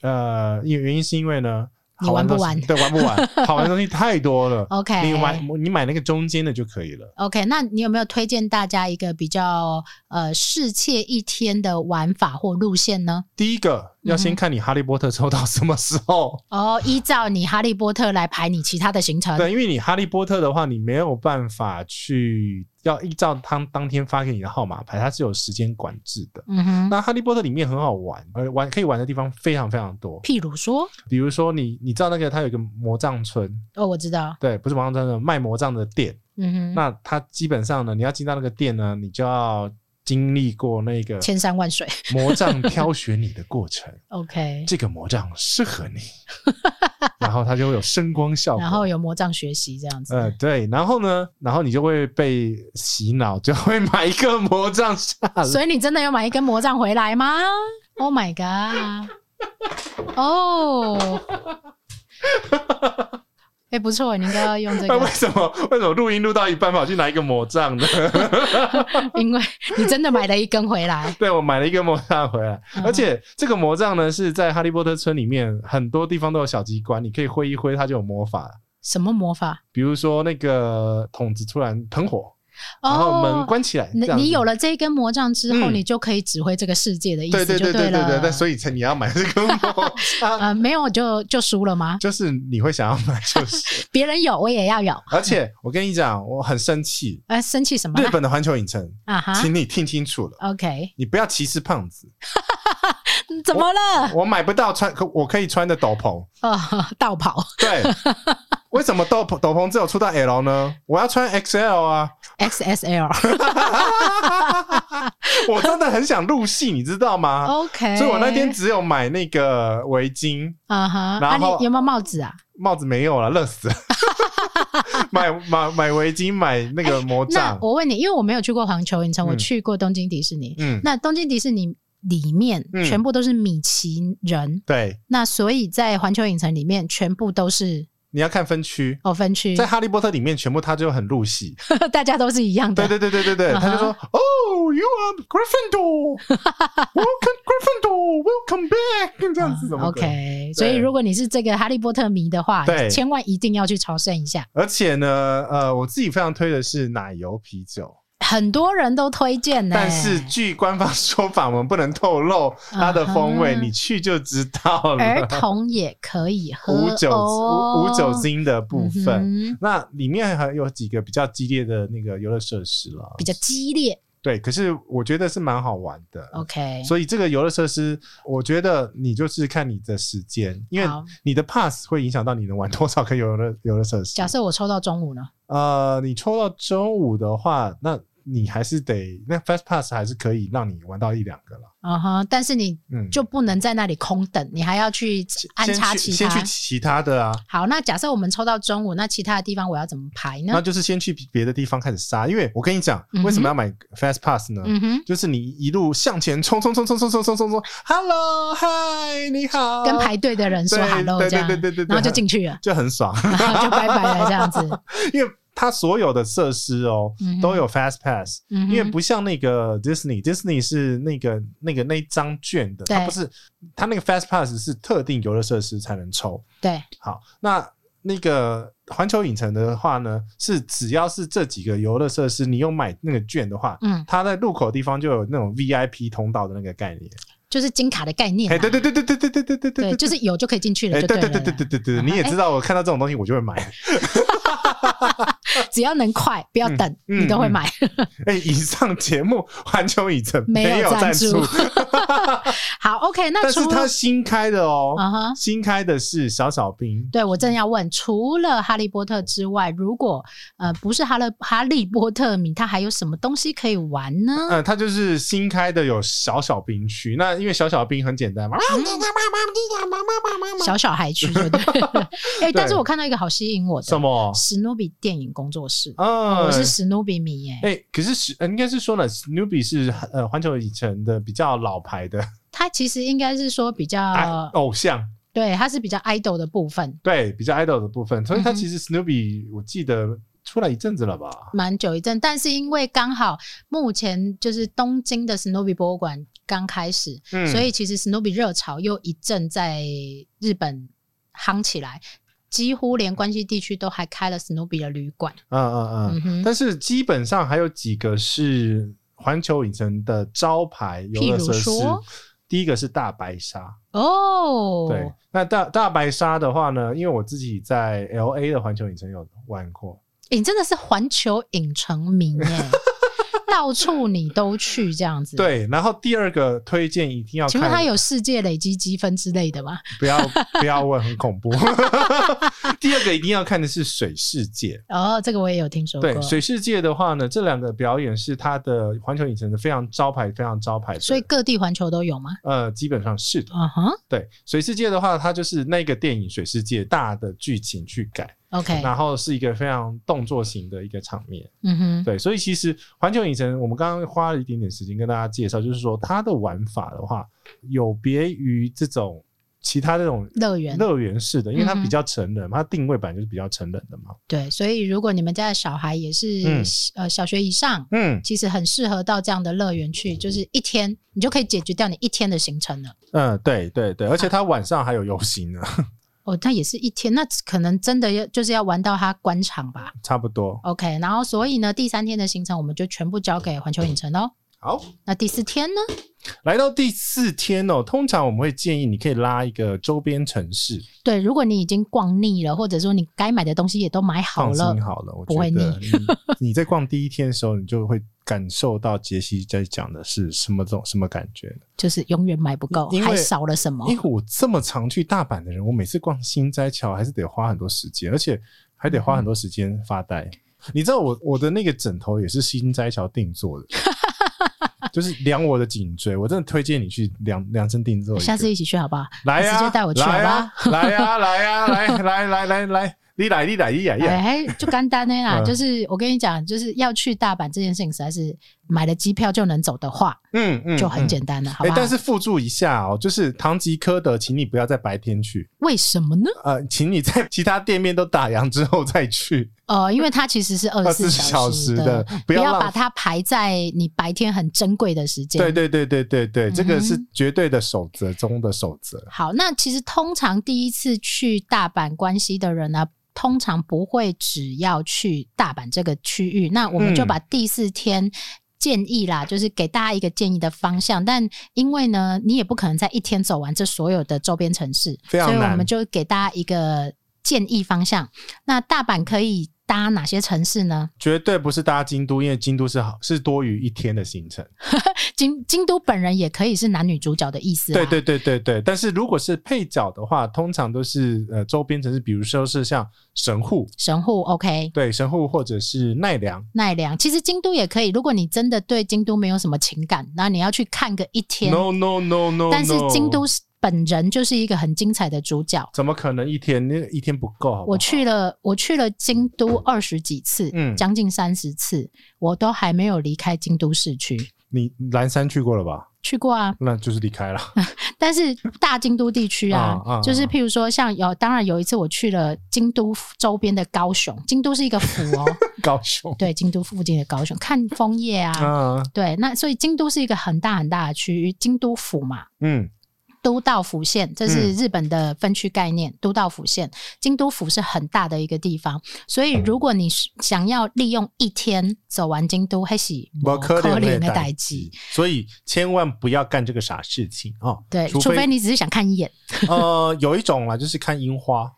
Speaker 2: 呃，因原因是因为呢，
Speaker 1: 你
Speaker 2: 好
Speaker 1: 玩
Speaker 2: 的
Speaker 1: 不
Speaker 2: 东
Speaker 1: 玩
Speaker 2: 西对，玩不玩？好玩的东西太多 了。
Speaker 1: o k
Speaker 2: 你买你买那个中间的就可以了。
Speaker 1: OK，那你有没有推荐大家一个比较呃世界一天的玩法或路线呢？
Speaker 2: 第一个要
Speaker 1: 嗯
Speaker 2: 先
Speaker 1: 哼
Speaker 2: 看你哈利波特 抽到什么时候。
Speaker 1: 哦，依照你哈利波特来排你其他的行程。
Speaker 2: 对，因为你哈利波特的话，你没有办法去要依照当当天发给你的号码牌，它是有时间管制的。
Speaker 1: 嗯哼，
Speaker 2: 那哈利波特里面很好玩，而玩可以玩的地方非常非常多。
Speaker 1: 譬如说，
Speaker 2: 比如说你，你知道那个它有一个魔杖村，
Speaker 1: 哦，我知道，
Speaker 2: 对，不是魔杖村的卖魔杖的店。
Speaker 1: 嗯哼，
Speaker 2: 那它基本上呢，你要进到那个店呢，你就要经历过那个
Speaker 1: 千山万水。
Speaker 2: 魔杖挑选你的过程。
Speaker 1: OK，
Speaker 2: 这个魔杖适合 你，然后它就会有声光效果。
Speaker 1: 然后有魔杖学习这样子。
Speaker 2: 呃，对，然后呢，然后你就会被洗脑，就会买一个魔杖下来。
Speaker 1: 所以你真的有买一根魔杖回来吗？Oh my god！哦，哎，不错，你应该要用 这
Speaker 2: 那为
Speaker 1: 个，
Speaker 2: 什么为什么录音录到一半跑去拿一个魔杖呢？
Speaker 1: 因为你真的买了一根回来。
Speaker 2: 对我买了一个魔杖回来，
Speaker 1: 嗯
Speaker 2: 而且这个魔杖呢是在哈利波特村里面很多地方都有小机关，你可以挥一挥它就有魔法了。
Speaker 1: 什么魔法？
Speaker 2: 比如说那个筒子突然喷火，然后门
Speaker 1: 哦，
Speaker 2: 关起来，这
Speaker 1: 你
Speaker 2: 样
Speaker 1: 你
Speaker 2: 子
Speaker 1: 有了这一根魔杖之后，
Speaker 2: 嗯
Speaker 1: 你就可以指挥这个世界的意
Speaker 2: 对
Speaker 1: 思
Speaker 2: 对
Speaker 1: 就
Speaker 2: 对对对
Speaker 1: 了。
Speaker 2: 对，但所以才你要买这个魔杖，
Speaker 1: 呃，没有就就输了吗？
Speaker 2: 就是你会想要买， 就是。
Speaker 1: 别人有，我也要有。
Speaker 2: 而且我跟你讲，我很生气，
Speaker 1: 呃，生气什么
Speaker 2: 日
Speaker 1: 呢？
Speaker 2: 本的环球影城，
Speaker 1: 啊哈
Speaker 2: 请你听清楚了，
Speaker 1: ，OK，
Speaker 2: 你不要歧视胖子。
Speaker 1: 嗯怎么了？
Speaker 2: 我买不到穿，可我可以穿的斗篷。
Speaker 1: 哦， 倒 跑
Speaker 2: 对，为什么斗篷斗篷只有出到 L 呢？我要穿 XL 啊！
Speaker 1: ，XSL，OK，
Speaker 2: 我真的很想入戏，你知道 吗？啊所以我那天只有买那个围巾，
Speaker 1: 啊哈，
Speaker 2: 然
Speaker 1: 啊，你
Speaker 2: 后
Speaker 1: 有没有帽子啊？
Speaker 2: 帽子没有了，热死了。 买买买围巾，买那个魔
Speaker 1: 那
Speaker 2: 杖。
Speaker 1: 我问你，因为我没有去过环球影城，我
Speaker 2: 嗯
Speaker 1: 去过东京迪士尼。
Speaker 2: 嗯，
Speaker 1: 那东京迪士尼里面
Speaker 2: 嗯
Speaker 1: 全部都是米奇人，
Speaker 2: 对，
Speaker 1: 那所以在环球影城里面全部都是
Speaker 2: 你要看分区。
Speaker 1: 哦分区
Speaker 2: 在，哈利波特里面，全部他就很入戏。
Speaker 1: 大家都是一样的。
Speaker 2: 对对对对对对，
Speaker 1: 嗯哼
Speaker 2: 他就说，Oh, you are Gryffindor, welcome Gryffindor, welcome back，这样子怎么鬼
Speaker 1: 嗯 OK，所以如果你是这个哈利波特迷的话，
Speaker 2: 对
Speaker 1: 千万一定要去朝圣一下。
Speaker 2: 而且呢，呃，我自己非常推的是奶油啤酒，
Speaker 1: 很多人都推荐呢、
Speaker 2: 但是据官方说法，我们不能透露它的风味，
Speaker 1: 嗯嗯哼
Speaker 2: 你去就知道
Speaker 1: 儿
Speaker 2: 了。
Speaker 1: 童也可以 喝
Speaker 2: 无酒
Speaker 1: 哦
Speaker 2: 无无酒精的部分，
Speaker 1: 嗯哼
Speaker 2: 那里面还有几个比较激烈的那个游乐设施了，
Speaker 1: 比较激烈。
Speaker 2: 对，可是我觉得是蛮好玩的。
Speaker 1: OK，
Speaker 2: 所以这个游乐设施，我觉得你就是看你的时间，因为
Speaker 1: 好
Speaker 2: 你的 pass 会影响到你能玩多少个游乐游乐设施
Speaker 1: 假。设我抽到中午呢？
Speaker 2: 呃，你抽到周五的话，那你还是得那 fast pass 还是可以让你玩到一两个了。
Speaker 1: 嗯哼，但是你
Speaker 2: 嗯，
Speaker 1: 就不能在那里空等，你还要去安
Speaker 2: 先
Speaker 1: 插
Speaker 2: 去
Speaker 1: 其
Speaker 2: 先去
Speaker 1: 他。
Speaker 2: 其他的啊，
Speaker 1: 好，那假设我们抽到中午，那其他的地方我要怎么排呢
Speaker 2: 那？就是先去别的地方开始杀。因为我跟你讲
Speaker 1: 嗯嗯，哼
Speaker 2: 为什么要买 fast pass 呢？
Speaker 1: 嗯哼，
Speaker 2: 就是你一路向前冲冲冲冲冲冲冲冲冲，Hello，嗨，你好，
Speaker 1: 跟排队的人说
Speaker 2: 哦对
Speaker 1: hello
Speaker 2: 对
Speaker 1: 这样，
Speaker 2: 对对对对对
Speaker 1: 然后就进去
Speaker 2: ，
Speaker 1: 了
Speaker 2: 就很爽。
Speaker 1: 然后就拜拜了这样子。
Speaker 2: 因为它所有的设施哦、
Speaker 1: 嗯哼
Speaker 2: 都有 Fast Pass，、
Speaker 1: 嗯哼，
Speaker 2: 因为不像那个 Disney，Disney 是那个那个那一张券的，
Speaker 1: 对
Speaker 2: 它不是它那个 Fast Pass 是特定游乐设施才能抽。
Speaker 1: 对，
Speaker 2: 好，那。那个环球影城的话呢，是只要是这几个游乐设施，你有买那个券的话，
Speaker 1: 嗯，
Speaker 2: 它在入口地方就有那种 VIP 通道的那个概念。
Speaker 1: 就是金卡的概念、
Speaker 2: 哎，
Speaker 1: 啊，
Speaker 2: 对对对对对对对对对
Speaker 1: 对就是有就可以进去了，
Speaker 2: 哎，
Speaker 1: 就
Speaker 2: 对
Speaker 1: 了嗯哎
Speaker 2: 对对对对
Speaker 1: 啦，
Speaker 2: 对对，你也知道，我看到这种东西我就会买。
Speaker 1: 只要能快，不要等，
Speaker 2: 嗯嗯
Speaker 1: 你都会买。
Speaker 2: 哎，以上节目环球影城
Speaker 1: 没有
Speaker 2: 有赞
Speaker 1: 赞助 好，OK，那
Speaker 2: 但
Speaker 1: 除
Speaker 2: 是它
Speaker 1: 了
Speaker 2: 新开的哦，
Speaker 1: 啊哈
Speaker 2: 新开的是小小兵。
Speaker 1: 对，我正要问，除了哈利波特之外，如果呃不是哈勒哈利波特迷，他还有什么东西可以玩呢？
Speaker 2: 嗯，它就是新开的有小小兵区，那因为小小兵很简单嘛，
Speaker 1: 嗯小小孩区，对不 对？哎、但是我看到一个好吸引我
Speaker 2: 什
Speaker 1: 的，
Speaker 2: 么？
Speaker 1: 史努比电影工作室，
Speaker 2: 嗯，
Speaker 1: 我是史努比迷耶、
Speaker 2: 哎、可是史呃应该是说了史努比是呃环球影城的比较老牌的、
Speaker 1: 他其实应该是说比较，
Speaker 2: 啊偶像，
Speaker 1: 对，他是比较 idol 的部分，
Speaker 2: 对，比较 idol 的部分，所以它
Speaker 1: 嗯哼
Speaker 2: 其实史努比我记得出来一阵子了吧？
Speaker 1: 蛮久一阵。但是因为刚好目前就是东京的史努比博物馆刚开始，
Speaker 2: 嗯，
Speaker 1: 所以其实史努比热潮又一阵在日本夯起来。几乎连关西地区都还开了史努比的旅馆，
Speaker 2: 嗯嗯嗯，
Speaker 1: 嗯哼，
Speaker 2: 但是基本上还有几个是环球影城的招牌游乐设施
Speaker 1: 譬如说，
Speaker 2: 第一个是大白鲨，
Speaker 1: 哦，
Speaker 2: 对，那大大白鲨的话呢，因为我自己在 L A 的环球影城有玩过，
Speaker 1: 欸你真的是环球影城迷 耶，到处你都去这样子。，
Speaker 2: 对，然后第二个推荐一定要
Speaker 1: 请
Speaker 2: 看，
Speaker 1: 问他有世界累积积分之类的吗？
Speaker 2: 不要不要问，很恐怖。 第二个一定要看的是水世界。
Speaker 1: 哦，这个我也有听说过
Speaker 2: 对。水世界的话呢，这两个表演是它的环球影城的非常招牌、非常招牌的，
Speaker 1: 所以各地环球都有吗？
Speaker 2: 呃，基本上是的。
Speaker 1: 嗯哼
Speaker 2: 对水世界的话，它就是那个电影《水世界》大的剧情去改，
Speaker 1: ，OK，
Speaker 2: 然后是一个非常动作型的一个场面。
Speaker 1: 嗯哼，
Speaker 2: 对，所以其实环球影城，我们刚刚花了一点点时间跟大家介绍，就是说它的玩法的话，有别于这种其他这种
Speaker 1: 乐园
Speaker 2: 乐园式的，因为它
Speaker 1: 嗯哼
Speaker 2: 比较成人，它定位本来就是比较成人的嘛。
Speaker 1: 对，所以如果你们家的小孩也是、
Speaker 2: 嗯
Speaker 1: 呃小学以上，
Speaker 2: 嗯
Speaker 1: 其实很适合到这样的乐园去，就是一天你就可以解决掉你一天的行程了。
Speaker 2: 嗯，对对对，而且它晚上还有游行呢，
Speaker 1: 哦，那也是一天，那可能真的要就是要玩到他关场吧。
Speaker 2: 差不多。
Speaker 1: OK，然后所以呢，第三天的行程我们就全部交给环球影城喽。
Speaker 2: 好，
Speaker 1: 那第四天呢？
Speaker 2: 来到第四天哦，通常我们会建议你可以拉一个周边城市，
Speaker 1: 对，如果你已经逛腻了，或者说你该买的东西也都买好
Speaker 2: 放
Speaker 1: 了
Speaker 2: 心，好了，我
Speaker 1: 不
Speaker 2: 觉
Speaker 1: 会
Speaker 2: 得你你在逛第一天的时候，你就会感受到杰西在讲的是什么种什么感觉。
Speaker 1: 就是永远买不够
Speaker 2: 因，为
Speaker 1: 还少了什么？
Speaker 2: 因为我这么常去大阪的人，我每次逛新斋桥还是得花很多时间，而且还得花很多
Speaker 1: 嗯
Speaker 2: 时间发呆。你知道我我的那个枕头也是新斋桥定做的，就是量我的颈椎。我真的推荐你去量量身定做一个。
Speaker 1: 下次一起去好不好？
Speaker 2: 来
Speaker 1: 下次
Speaker 2: 呀、
Speaker 1: 就带我去好
Speaker 2: 来
Speaker 1: 不好
Speaker 2: 呀、来呀、来呀、来来来来来，你来你来你来你来。
Speaker 1: 哎，就干单的啦，
Speaker 2: 嗯
Speaker 1: 就是我跟你讲，就是要去大阪这件事情，实在是买了机票就能走的话，
Speaker 2: 嗯嗯，
Speaker 1: 就很
Speaker 2: 嗯
Speaker 1: 简单了，好
Speaker 2: 哎、
Speaker 1: 不好？
Speaker 2: 但是附注一下哦，就是堂吉诃德，请你不要在白天去，
Speaker 1: 为什么呢？
Speaker 2: 呃，请你在其他店面都打烊之后再去。
Speaker 1: 呃，因为它其实是二十
Speaker 2: 24
Speaker 1: 四
Speaker 2: 小时
Speaker 1: 时
Speaker 2: 的不
Speaker 1: 不
Speaker 2: 要
Speaker 1: 要
Speaker 2: 浪
Speaker 1: 把它排在你白天很珍贵的时间。
Speaker 2: 对对对对对对，这个
Speaker 1: 嗯哼
Speaker 2: 是绝对的守则中的守则。
Speaker 1: 好，那其实通常第一次去大阪关西的人呢、通常不会只要去大阪这个区域。那我们就
Speaker 2: 嗯
Speaker 1: 把第四天。建议啦，就是给大家一个建议的方向，但因为呢，你也不可能在一天走完这所有的周边城市，
Speaker 2: 非常
Speaker 1: 所以
Speaker 2: 难
Speaker 1: 我们就给大家一个建议方向。那大阪可以搭哪些城市呢？
Speaker 2: 绝对不是搭京都，因为京都是好是多于一天的行程。
Speaker 1: 京京都本人也可以是男女主角的意思啦。啊
Speaker 2: 对对对对对，但是如果是配角的话，通常都是呃周边城市，比如说是像神户，
Speaker 1: 神户 OK，
Speaker 2: 对神户或者是奈良，
Speaker 1: 奈良，其实京都也可以。如果你真的对京都没有什么情感，那你要去看个一天。
Speaker 2: No no no no，
Speaker 1: 但是
Speaker 2: no
Speaker 1: 京都是本人就是一个很精彩的主角。
Speaker 2: 怎么可能一天？那一天不够，好不好
Speaker 1: 我去了，我去了京都二十几次，
Speaker 2: 嗯
Speaker 1: 将近三十次，我都还没有离开京都市区。
Speaker 2: 你蓝山去过了吧？
Speaker 1: 去过啊，
Speaker 2: 那就是离开了。
Speaker 1: 但是大京都地区啊，
Speaker 2: 啊啊
Speaker 1: 就是譬如说像有，当然有一次我去了京都周边的高雄，京都是一个府 哦，
Speaker 2: 高雄
Speaker 1: 对，京都附近的高雄看枫叶啊，
Speaker 2: 啊，
Speaker 1: 对，那所以京都是一个很大很大的区域，京都府嘛，
Speaker 2: 嗯，
Speaker 1: 都道府县，这是日本的分区概念。都道府县，京都府是很大的一个地方，所以如果你是想要利用一天走完京都，还是
Speaker 2: 不可能
Speaker 1: 哦怜的代
Speaker 2: 代
Speaker 1: 际。
Speaker 2: 所以千万不要干这个傻事情哦。
Speaker 1: 对，
Speaker 2: 除
Speaker 1: 除非你只是想看一眼，
Speaker 2: 呃有一种啦，就是看樱花。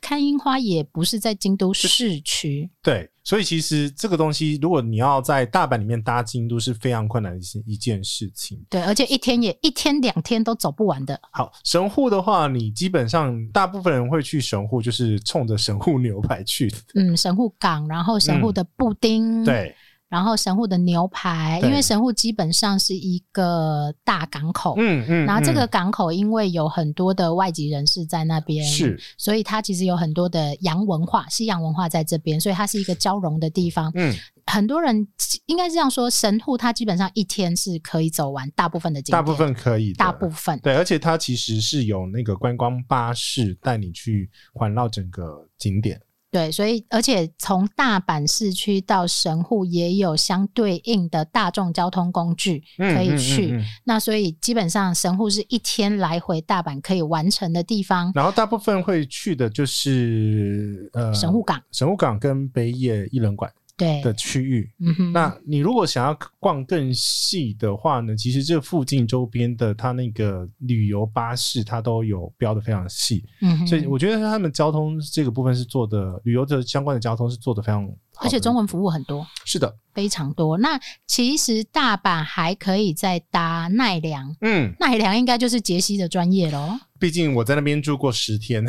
Speaker 1: 看樱花也不是在京都市区。
Speaker 2: 对，所以其实这个东西，如果你要在大阪里面搭京都是非常困难的一件一件事情。
Speaker 1: 对，而且一天也一天两天都走不完的。
Speaker 2: 好，神户的话，你基本上大部分人会去神户，就是冲着神户牛排去的。
Speaker 1: 嗯，神户港，然后神户的布丁，，
Speaker 2: 对，
Speaker 1: 然后神户的牛排，
Speaker 2: 对
Speaker 1: 因为神户基本上是一个大港口，
Speaker 2: 嗯 嗯。
Speaker 1: 然后这个
Speaker 2: 嗯
Speaker 1: 港口因为有很多的外籍人士在那边，
Speaker 2: 是，
Speaker 1: 所以它其实有很多的洋文化、西洋文化在这边，所以它是一个交融的地方。
Speaker 2: 嗯，
Speaker 1: 很多人应该是这样说，神户它基本上一天是可以走完大部分的景点，
Speaker 2: 大部分可以的，
Speaker 1: 大部分
Speaker 2: 对，而且它其实是有那个观光巴士带你去环绕整个景点。
Speaker 1: 对，所以而且从大阪市区到神户也有相对应的大众交通工具可以去。
Speaker 2: 嗯嗯嗯嗯
Speaker 1: 那所以基本上神户是一天来回大阪可以完成的地方，
Speaker 2: 然后大部分会去的就是呃
Speaker 1: 神户港。
Speaker 2: 神户港跟北野艺人馆
Speaker 1: 对，
Speaker 2: 的区域。
Speaker 1: 嗯哼，
Speaker 2: 那你如果想要逛更细的话呢，其实这附近周边的它那个旅游巴士，它都有标的非常细，
Speaker 1: 嗯哼，
Speaker 2: 所以我觉得他们交通这个部分是做的，旅游的相关的交通是做的非常好的，
Speaker 1: 而且中文服务很多，
Speaker 2: 是的，
Speaker 1: 非常多。那其实大阪还可以再搭奈良，
Speaker 2: 嗯，
Speaker 1: 奈良应该就是杰西的专业喽。
Speaker 2: 毕竟我在那边住过十天，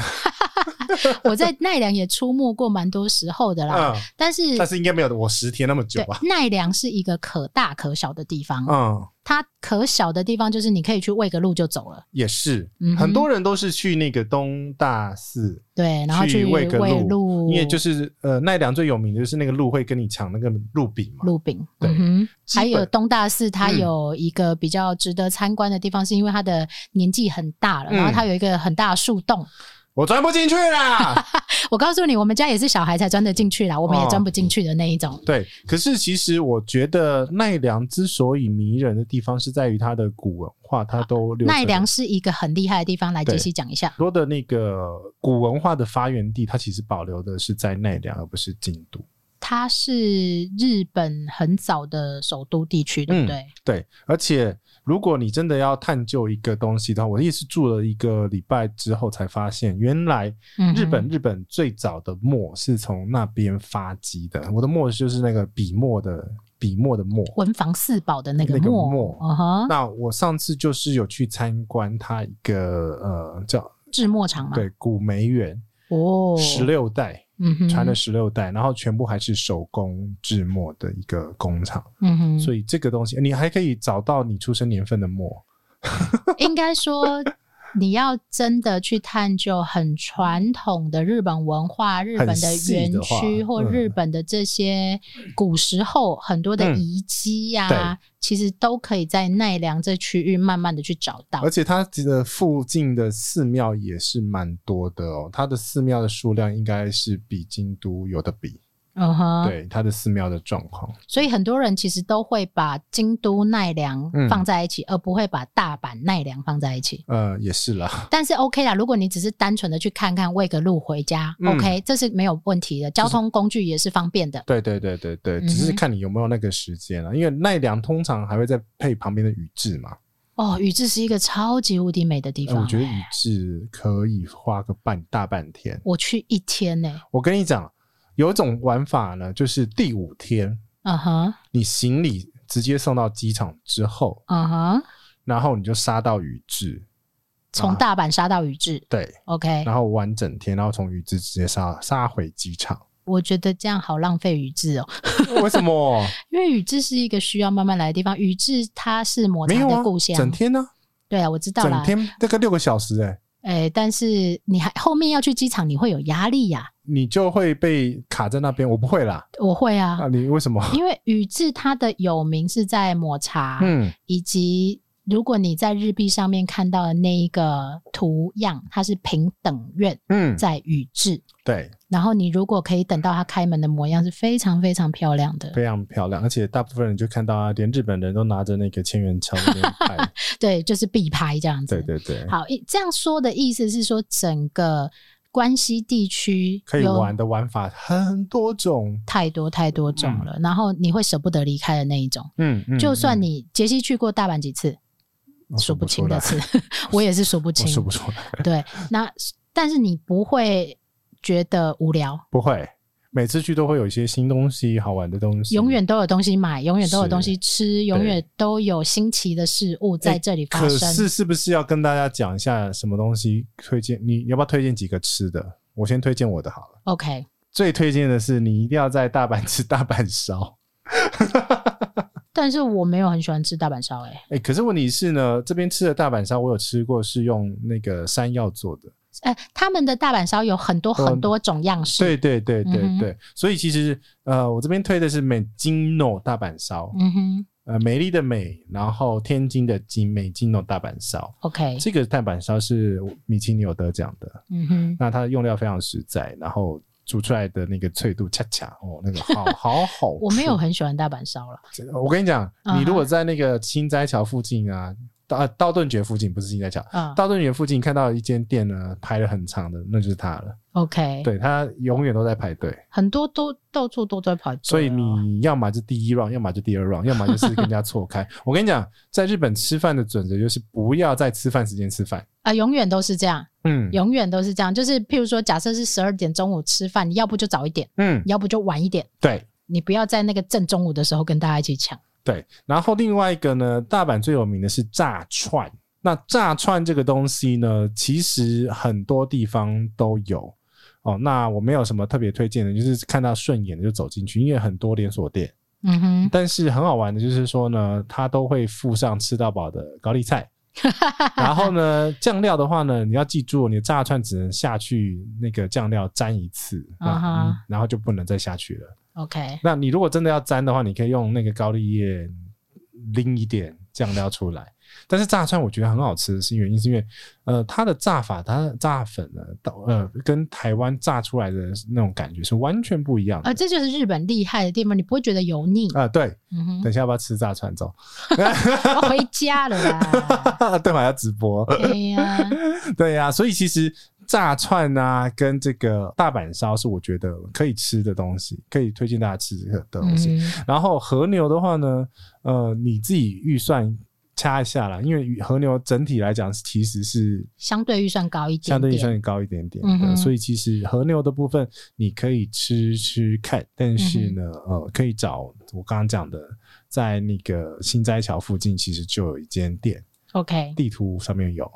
Speaker 1: 我在奈良也出没过蛮多时候的啦，
Speaker 2: 嗯，
Speaker 1: 但是
Speaker 2: 但是应该没有我十天那么久
Speaker 1: 对
Speaker 2: 吧，
Speaker 1: 奈良是一个可大可小的地方，
Speaker 2: 嗯，
Speaker 1: 它可小的地方就是你可以去喂个鹿就走了，
Speaker 2: 也是，
Speaker 1: 嗯哼
Speaker 2: 很多人都是去那个东大寺，
Speaker 1: 对，然后
Speaker 2: 去喂
Speaker 1: 喂
Speaker 2: 个
Speaker 1: 鹿，
Speaker 2: 因为就是呃奈良最有名的就是那个鹿会跟你抢那个鹿饼嘛，
Speaker 1: 鹿饼，
Speaker 2: 对
Speaker 1: 嗯哼，
Speaker 2: 基本
Speaker 1: 还有东大寺，它
Speaker 2: 嗯
Speaker 1: 有一个比较值得参观的地方，是因为它的年纪很大了，
Speaker 2: 嗯
Speaker 1: 然后它有一个很大的树洞。
Speaker 2: 我钻不进去啦。
Speaker 1: 我告诉你，我们家也是小孩才钻得进去啦，我们也
Speaker 2: 哦
Speaker 1: 钻不进去的那一种。
Speaker 2: 对，可是其实我觉得奈良之所以迷人的地方是在于它的古文化，它都留存
Speaker 1: 奈良是一个很厉害的地方，来
Speaker 2: 嗯对
Speaker 1: 杰西讲一下
Speaker 2: 很。多的那个古文化的发源地，它其实保留的是在奈良，而不是京都。
Speaker 1: 它是日本很早的首都地区，
Speaker 2: 嗯
Speaker 1: 对不对？
Speaker 2: 对，而且如果你真的要探究一个东西的话，我也是住了一个礼拜之后才发现，原来
Speaker 1: 嗯哼
Speaker 2: 日本、日本最早的墨是从那边发迹的。我的墨就是那个笔墨的笔墨的墨。
Speaker 1: 文房四宝的那个
Speaker 2: 那个
Speaker 1: 墨
Speaker 2: 墨，
Speaker 1: 嗯哼，
Speaker 2: 那我上次就是有去参观它一个呃叫
Speaker 1: 制墨厂嘛，
Speaker 2: 对古梅园
Speaker 1: 啊哦，
Speaker 2: 十六代
Speaker 1: 嗯哼，
Speaker 2: 传了，十六代，然后全部还是手工制墨的一个工厂，
Speaker 1: 嗯哼，
Speaker 2: 所以这个东西你还可以找到你出生年份的墨。
Speaker 1: 应该说，你要真的去探究很传统的日本文化、日本的
Speaker 2: 细
Speaker 1: 园区
Speaker 2: 的话
Speaker 1: 或
Speaker 2: 嗯
Speaker 1: 日本的这些古时候很多的
Speaker 2: 嗯
Speaker 1: 遗迹呀、
Speaker 2: 对
Speaker 1: 其实都可以在奈良这区域慢慢的去找到
Speaker 2: 而。且它的附近的寺庙也是蛮多的哦，它的寺庙的数量应该是比京都有的比，
Speaker 1: 嗯哼，
Speaker 2: 对它的寺庙的状况。
Speaker 1: 所以很多人其实都会把京都、奈良
Speaker 2: 嗯
Speaker 1: 放在一起，而不会把大阪、奈良放在一起。
Speaker 2: 呃，也是啦，
Speaker 1: 但是 OK 啦，如果你只是单纯的去看看、喂个路回家、
Speaker 2: 嗯
Speaker 1: o k 这是没有问题的，交通工具也是方便的。
Speaker 2: 对对对对对，
Speaker 1: 嗯哼
Speaker 2: 只是看你有没有那个时间啊了、因为奈良通常还会再配旁边的宇治嘛，
Speaker 1: 哦，宇治是一个超级无敌美的地
Speaker 2: 哎
Speaker 1: 方、
Speaker 2: 我觉得
Speaker 1: 哎
Speaker 2: 宇治可以花个半大半天。
Speaker 1: 我去一天呢、
Speaker 2: 我跟你讲，有一种玩法呢，就是第五天
Speaker 1: 嗯哼，
Speaker 2: 你行李直接送到机场之后，
Speaker 1: 嗯哼，
Speaker 2: 然后你就杀到宇治，啊
Speaker 1: 从大阪杀到宇治、
Speaker 2: 对，
Speaker 1: o k
Speaker 2: 然后玩整天，然后从宇治直接杀杀回机场。
Speaker 1: 我觉得这样好浪费宇治哦，
Speaker 2: 为什么？
Speaker 1: 因为宇治是一个需要慢慢来的地方，宇治它是抹
Speaker 2: 没
Speaker 1: 茶
Speaker 2: 有
Speaker 1: 的
Speaker 2: 啊
Speaker 1: 故，乡、
Speaker 2: 整天呢、
Speaker 1: 对啊，我知道
Speaker 2: 整
Speaker 1: 啦，
Speaker 2: 天大概六个小时、欸，哎，
Speaker 1: 哎、但是你还后面要去机场，你会有压力呀、
Speaker 2: 你就会被卡在那边。我不会啦，
Speaker 1: 我会啊，
Speaker 2: 啊，你为什么？
Speaker 1: 因为宇治它的有名是在抹茶，
Speaker 2: 嗯，
Speaker 1: 以及如果你在日币上面看到的那一个图样，它是平等院
Speaker 2: 嗯，
Speaker 1: 在宇治，
Speaker 2: 对，
Speaker 1: 然后你如果可以等到它开门的模样，是非常非常漂亮的。
Speaker 2: 非常漂亮，而且大部分人就看到啊，连日本人都拿着那个千元钞在那边 拍，
Speaker 1: 对，就是必拍这样子。
Speaker 2: 对对对，
Speaker 1: 好，一这样说的意思是说，整个关西地区
Speaker 2: 可以
Speaker 1: 有
Speaker 2: 玩的玩法很多种，
Speaker 1: 太多太多种了，然后你会舍不得离开的那一种。
Speaker 2: 嗯，嗯
Speaker 1: 就算
Speaker 2: 嗯
Speaker 1: 你杰西去过大阪几次，
Speaker 2: 我
Speaker 1: 数不清
Speaker 2: 出
Speaker 1: 的
Speaker 2: 来
Speaker 1: 次， 我也是数不
Speaker 2: 我
Speaker 1: 清
Speaker 2: 数。不出来，
Speaker 1: 对，那但是你不会觉得无聊，
Speaker 2: 不会，每次去都会有一些新东西、好玩的东西，
Speaker 1: 永远都有东西买，永远都有
Speaker 2: 是
Speaker 1: 东西吃，永远都有新奇的事物在这里发
Speaker 2: 可
Speaker 1: 生。
Speaker 2: 是是不是要跟大家讲一下什么东西推荐？你要不要推荐几个吃的？我先推荐我的好了。
Speaker 1: OK，
Speaker 2: 最推荐的是你一定要在大阪吃大阪烧。
Speaker 1: 但是我没有很喜欢吃大阪烧、欸，
Speaker 2: 哎、可是问题是呢，这边吃的大阪烧我有吃过，是用那个山药做的。
Speaker 1: 哎，他们的大阪烧有很多
Speaker 2: 嗯
Speaker 1: 很多种样式。
Speaker 2: 对对对对
Speaker 1: 嗯哼
Speaker 2: 对，所以其实呃，我这边推的是美金诺大阪烧，
Speaker 1: 嗯哼
Speaker 2: 呃，美丽的美，然后天津的津，美金诺大阪烧。
Speaker 1: ，OK，
Speaker 2: 这个大阪烧是米其林有得奖的，
Speaker 1: 嗯哼，
Speaker 2: 那它的用料非常实在，然后煮出来的那个脆度恰恰哦，那个 好好好吃。
Speaker 1: 我没有很喜欢大阪烧了。
Speaker 2: 这个，我跟你讲，
Speaker 1: 嗯哼
Speaker 2: 你如果在那个新斋桥附近啊，道道顿崛附近不是新斋桥，
Speaker 1: 啊、
Speaker 2: 道顿崛附近看到一间店呢，排了很长的，那就是它了。
Speaker 1: o k
Speaker 2: 对，它永远都在排队，
Speaker 1: 很多都到处都在排队啊、
Speaker 2: 所以你要么就第一 round，要么就第二 round，要么就是跟人家错开。我跟你讲，在日本吃饭的准则就是不要在吃饭时间吃饭。
Speaker 1: 啊、永远都是这样，
Speaker 2: 嗯
Speaker 1: 永远都是这样。就是譬如说，假设是十二点中午吃饭，你要不就早一点，
Speaker 2: 嗯，
Speaker 1: 要不就晚一点，
Speaker 2: 对。
Speaker 1: 你不要在那个正中午的时候跟大家一起抢。
Speaker 2: 对，然后另外一个呢，大阪最有名的是炸串。那炸串这个东西呢，其实很多地方都有哦。那我没有什么特别推荐的，就是看到顺眼的就走进去，因为很多连锁店。
Speaker 1: 嗯哼，
Speaker 2: 但是很好玩的就是说呢，它都会附上吃到饱的高丽 菜。然后呢，酱料的话呢，你要记住，你的炸串只能下去那个酱料沾一次，那
Speaker 1: 啊哈
Speaker 2: 嗯然后就不能再下去了。
Speaker 1: ，OK，
Speaker 2: 那你如果真的要沾的话，你可以用那个高丽叶淋一点酱料出来。但是炸串我觉得很好吃，是原因是因为呃它的炸法，它的炸粉呢，到呃跟台湾炸出来的那种感觉是完全不一样的。
Speaker 1: 呃，这就是日本厉害的地方，你不会觉得油腻。
Speaker 2: 啊、对，
Speaker 1: 嗯哼
Speaker 2: 等一，下要不要吃炸串走？
Speaker 1: 我回家 了啦。
Speaker 2: 对嘛，要直 播。
Speaker 1: 哎呀，
Speaker 2: 对呀、所以其实炸串啊，跟这个大阪烧是我觉得可以吃的东西，可以推荐大家吃的东
Speaker 1: 嗯
Speaker 2: 西。
Speaker 1: 哼，
Speaker 2: 然后和牛的话呢，呃，你自己预算掐一下啦，因为和牛整体来讲其实是
Speaker 1: 相对预算高一点点，
Speaker 2: 相对预算高一点点的，
Speaker 1: 嗯哼
Speaker 2: 所以其实和牛的部分你可以吃吃看，但是
Speaker 1: 嗯
Speaker 2: 呢，呃，可以找我刚刚讲的，在那个新斋桥附近其实就有一间店，
Speaker 1: OK。
Speaker 2: 地图上面有，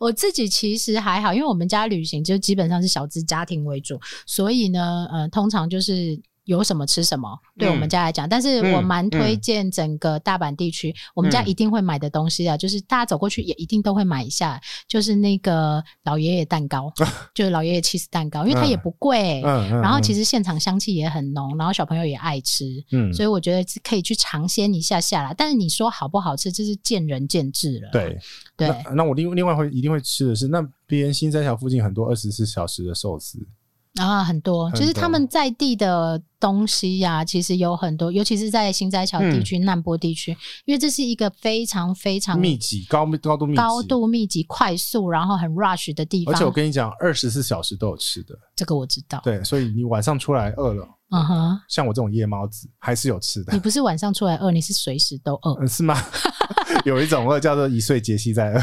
Speaker 1: 我自己其实还好，因为我们家旅行就基本上是小资家庭为主，所以呢，呃，通常就是。有什么吃什么，
Speaker 2: 嗯
Speaker 1: 对我们家来讲，但是我蛮推荐整个大阪地
Speaker 2: 嗯
Speaker 1: 区，我们家一定会买的东西啊，就是大家走过去也一定都会买一下，就是那个老爷爷 蛋糕，就是老爷爷 cheese 蛋糕，因为它也不贵、
Speaker 2: 嗯嗯，
Speaker 1: 然后其
Speaker 2: 实
Speaker 1: 实现场香气也很浓，然后小朋友也爱吃，
Speaker 2: 嗯，
Speaker 1: 所以我觉得是可以去尝鲜一下下啦。但是你说好不好吃，这是见仁见智了。
Speaker 2: 对
Speaker 1: 对，
Speaker 2: 那那我另另外会一定会吃的是那边新斋桥附近很多二十四小时的寿司，
Speaker 1: 啊，很多，
Speaker 2: 很
Speaker 1: 就是他
Speaker 2: 多
Speaker 1: 们在地的东西呀、其实有很多，尤其是在新斋桥
Speaker 2: 嗯
Speaker 1: 地区、难波地区，因为这是一个非常非常
Speaker 2: 密集高高度密集
Speaker 1: 嗯高度密集、快速，然后很 rush 的地
Speaker 2: 而且我
Speaker 1: 方。
Speaker 2: 跟你讲，二十四小时都有吃的，
Speaker 1: 这个我知道。
Speaker 2: 对，所以你晚上出来饿了，
Speaker 1: 嗯哼，
Speaker 2: 像我这种夜猫子还是有吃
Speaker 1: 你
Speaker 2: 的，
Speaker 1: 不是晚上出来饿，你是随时都饿。
Speaker 2: 嗯，是 吗？有一种饿叫做一睡杰西在饿，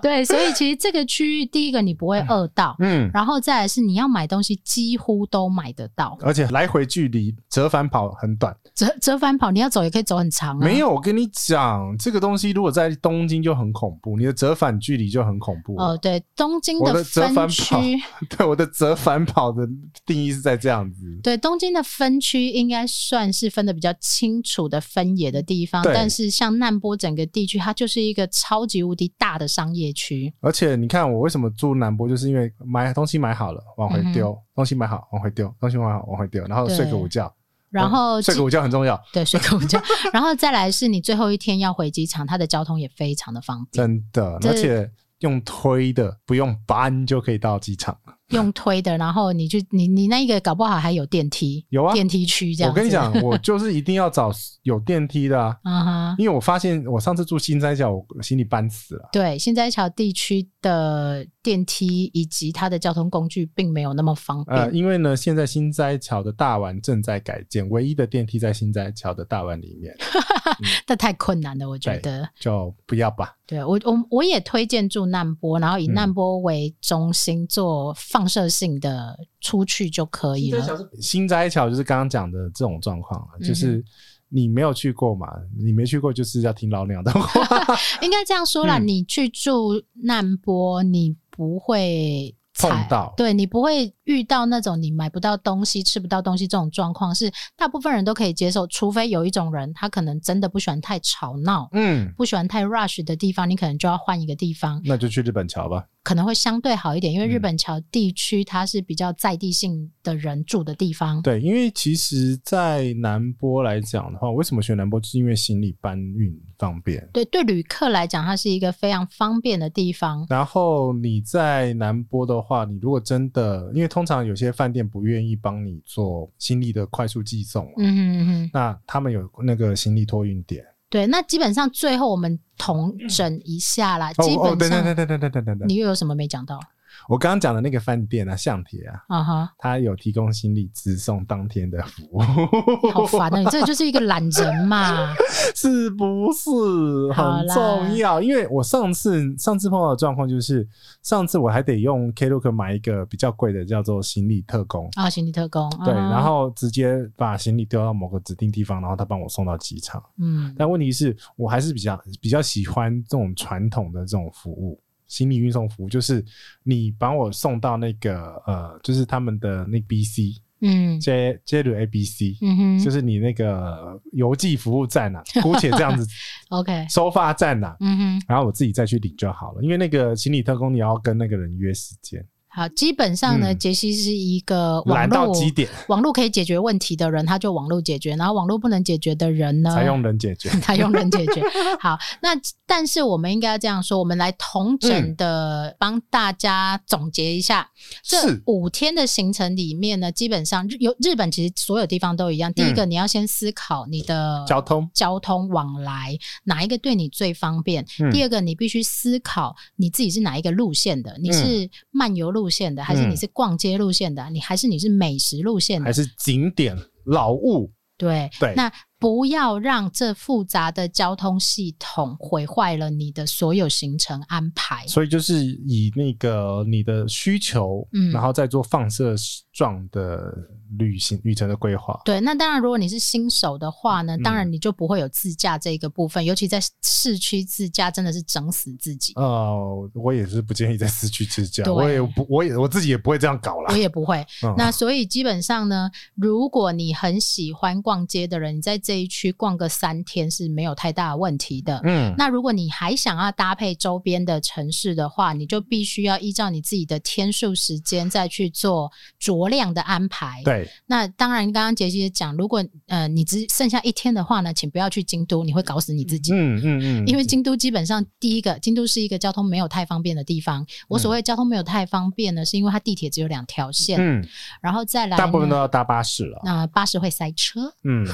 Speaker 1: 对，所以其实这个区域，第一个你不会饿到，
Speaker 2: 嗯，
Speaker 1: 然后再来是你要买东西几乎都买得到。
Speaker 2: 而且来回距离折返跑很短。
Speaker 1: 折折返跑，你要走也可以走很长啊。
Speaker 2: 没有，我跟你讲，这个东西如果在东京就很恐怖，你的折返距离就很恐怖。
Speaker 1: 哦，对，东京
Speaker 2: 我
Speaker 1: 的
Speaker 2: 的折
Speaker 1: 分
Speaker 2: 返跑
Speaker 1: 区。
Speaker 2: 对，我的折返跑的定义是在这样子。
Speaker 1: 对，东京的分区应该算是分的比较清楚的分野的地方，
Speaker 2: 对
Speaker 1: 但是像难波整个地区，它就是一个超级无敌大的商业区。
Speaker 2: 而且你看，我为什么住南波，就是因为买东西买好了往回丢，东西买好往回丢，东西买好往回丢，然后睡个
Speaker 1: 嗯对
Speaker 2: 午觉，
Speaker 1: 然后
Speaker 2: 哦
Speaker 1: 嗯
Speaker 2: 睡个午觉很重要，
Speaker 1: 对睡个午觉， 然后再来是你最后一天要回机场，它的交通也非常的方 便，
Speaker 2: 真的，
Speaker 1: 这
Speaker 2: 而且用推的，不用搬就可以到机场。
Speaker 1: 用推的，然后你去你你那一个搞不好还有电梯，
Speaker 2: 有啊
Speaker 1: 电梯区这样。
Speaker 2: 我跟你，讲，我就是一定要找有电梯的、 啊，
Speaker 1: 嗯哼，
Speaker 2: 因为我发现我上次住新三角，我心里搬死了。
Speaker 1: 对，新在桥地区的电梯以及它的交通工具并没有那么方便。
Speaker 2: 呃，因为呢，现在新斋桥的大丸正在改建，唯一的电梯在新斋桥的大丸里面，
Speaker 1: 但太困难了，我觉得。
Speaker 2: 就不要吧。
Speaker 1: 对我，我我也推荐住难波，然后以
Speaker 2: 嗯
Speaker 1: 难波为中心做放射性的出去就可以了。
Speaker 2: 新斋桥就是刚刚讲的这种状况啊，
Speaker 1: 嗯哼
Speaker 2: 就是你没有去过嘛，你没去过就是要听老鸟的 话，
Speaker 1: 应该这样说啦，
Speaker 2: 嗯
Speaker 1: 你去住难波，你不会
Speaker 2: 碰
Speaker 1: 踩
Speaker 2: 到
Speaker 1: 对你不会遇到那种你买不到东西、吃不到东西这种状况，是大部分人都可以接受，除非有一种人他可能真的不喜欢太吵闹。
Speaker 2: 嗯，
Speaker 1: 不喜欢太 rush 的地方，你可能就要换一个地方，
Speaker 2: 那就去日本桥吧。
Speaker 1: 可能会相对好一点，因为日
Speaker 2: 嗯
Speaker 1: 本桥地区它是比较在地性的人住的地方。
Speaker 2: 对，因为其实，在南波来讲的话，为什么选南波，就是因为行李搬运方便。
Speaker 1: 对对，旅客来讲，它是一个非常方便的地方。
Speaker 2: 然后你在南波的话，你如果真的，因为通常有些饭店不愿意帮你做行李的快速寄送嘛，
Speaker 1: 嗯哼嗯哼。
Speaker 2: 那他们有那个行李托运点。
Speaker 1: 对，那基本上最后我们统整一下啦，
Speaker 2: 哦
Speaker 1: 基
Speaker 2: 哦，
Speaker 1: 本
Speaker 2: 等等
Speaker 1: 上
Speaker 2: 等等等等等等等
Speaker 1: 你，又有什么没讲到？
Speaker 2: 我刚刚讲的那个饭店啊，象铁啊，
Speaker 1: 啊哈，
Speaker 2: 它有提供行李直送当天的服务，
Speaker 1: 好烦啊！你这就是一个懒人 嘛。
Speaker 2: 是不是
Speaker 1: 好
Speaker 2: 很
Speaker 1: 啦
Speaker 2: 重要？因为我上次上次碰到的状况就是，上次我还得用 Klook 买一个比较贵的，叫做行李特工。
Speaker 1: 啊，行李特工，啊
Speaker 2: 对，然后直接把行李丢到某个指定地方，然后他帮我送到机场。
Speaker 1: 嗯，
Speaker 2: 但问题是我还是比较比较喜欢这种传统的这种服务，行李运送服务，就是你把我送到那个呃，就是他们的那 BC
Speaker 1: 嗯
Speaker 2: J J 鲁 ABC，、
Speaker 1: 嗯哼，
Speaker 2: 就是你那个邮寄服务站 啊，姑且这样子
Speaker 1: OK，
Speaker 2: 收发站啊，
Speaker 1: 嗯哼，
Speaker 2: 然后我自己再去领就好了，因为那个行李特工你要跟那个人约时间，
Speaker 1: 好，基本上呢，
Speaker 2: 嗯
Speaker 1: 杰西是一个网
Speaker 2: 懒到
Speaker 1: 络
Speaker 2: 几点
Speaker 1: 网络可以解决问题的人，他就网络解决；然后网络不能解决的人呢，
Speaker 2: 才 用人解决。
Speaker 1: 他用人解决。好，那但是我们应该这样说，我们来同整的帮大家总结一下、这
Speaker 2: 嗯是
Speaker 1: 五天的行程里面呢，基本上日有日本其实所有地方都一样。第一个，你要先思考你的
Speaker 2: 嗯交通
Speaker 1: 交通往来哪一个对你最方便。
Speaker 2: 嗯
Speaker 1: 第二个，你必须思考你自己是哪一个路线的，你是漫游路线的，还是
Speaker 2: 嗯
Speaker 1: 你是逛街路线的，你还是你是美食路线的
Speaker 2: 还，是景点老物，
Speaker 1: 对，
Speaker 2: 对
Speaker 1: 那不要让这复杂的交通系统毁坏了你的所有行程安排。
Speaker 2: 所以就是以那个你的需求，
Speaker 1: 嗯
Speaker 2: 然后再做放射状的旅行旅程的规划。
Speaker 1: 对，那当然，如果你是新手的话呢，
Speaker 2: 嗯
Speaker 1: 当然你就不会有自驾这个部分，尤其在市区自驾，真的是整死自己。
Speaker 2: 呃，我也是不建议在市区自驾，
Speaker 1: 对
Speaker 2: 我也不，我也我自己也不会这样搞啦
Speaker 1: 我。也不会。
Speaker 2: 嗯
Speaker 1: 那所以基本上呢，如果你很喜欢逛街的人，你在这一区逛个三天是没有太大的问题的。
Speaker 2: 嗯，
Speaker 1: 那如果你还想要搭配周边的城市的话，你就必须要依照你自己的天数时间再去做酌量的安排。，
Speaker 2: 对，
Speaker 1: 那当然，刚刚杰西也讲，如果呃你只剩下一天的话呢，请不要去京都，你会搞死你自己。
Speaker 2: 嗯嗯嗯，
Speaker 1: 因为京都基本上，第一个，京都是一个交通没有太方便的地方。我所谓交通没有太方便呢，是因为它地铁只有两条线，
Speaker 2: 嗯，
Speaker 1: 然后再来
Speaker 2: 大部分都
Speaker 1: 呢，
Speaker 2: 要搭巴士了。
Speaker 1: 那巴士会塞车，
Speaker 2: 嗯，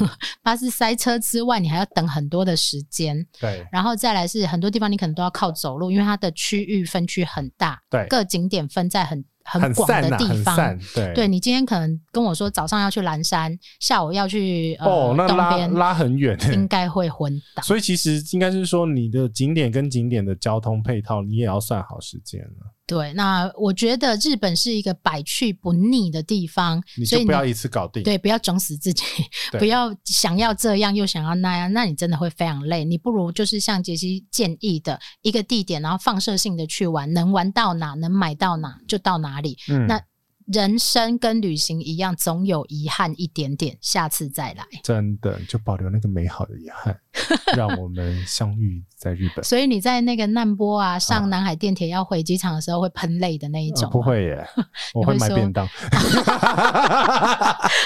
Speaker 1: 巴士塞车之外，你还要等很多的时间。
Speaker 2: 对
Speaker 1: 然后再来是很多地方你可能都要靠走路，因为它的区域分区很大，
Speaker 2: 对，
Speaker 1: 各景点分在很很
Speaker 2: 很
Speaker 1: 广
Speaker 2: 散
Speaker 1: 的
Speaker 2: 呐，
Speaker 1: 地
Speaker 2: 很
Speaker 1: 方。
Speaker 2: 散。对
Speaker 1: 对，你今天可能跟我说早上要去蓝山，下午要去呃、
Speaker 2: 哦，那
Speaker 1: 东
Speaker 2: 拉
Speaker 1: 边，
Speaker 2: 拉很远欸。
Speaker 1: 应该会昏倒。
Speaker 2: 所以其实应该是说，你的景点跟景点的交通配套，你也要算好时间了，
Speaker 1: 对，那我觉得日本是一个百去不腻的地方，
Speaker 2: 你
Speaker 1: 所
Speaker 2: 就
Speaker 1: 以
Speaker 2: 不要一次搞定。
Speaker 1: 对，不要整死自己，
Speaker 2: 对
Speaker 1: 不要想要这样又想要那样，那你真的会非常累。你不如就是像杰西建议的一个地点，然后放射性的去玩，能玩到哪，能买到哪就到哪里。
Speaker 2: 嗯，
Speaker 1: 那人生跟旅行一样，总有遗憾一点点，下次再来。
Speaker 2: 真的就保留那个美好的遗憾。让我们相遇在日本。
Speaker 1: 所以你在那个难波啊，上南海电铁要回机场的时候会喷泪的那 一种、啊
Speaker 2: 呃不，会耶，我
Speaker 1: 会
Speaker 2: 会买
Speaker 1: 说啊
Speaker 2: 便当。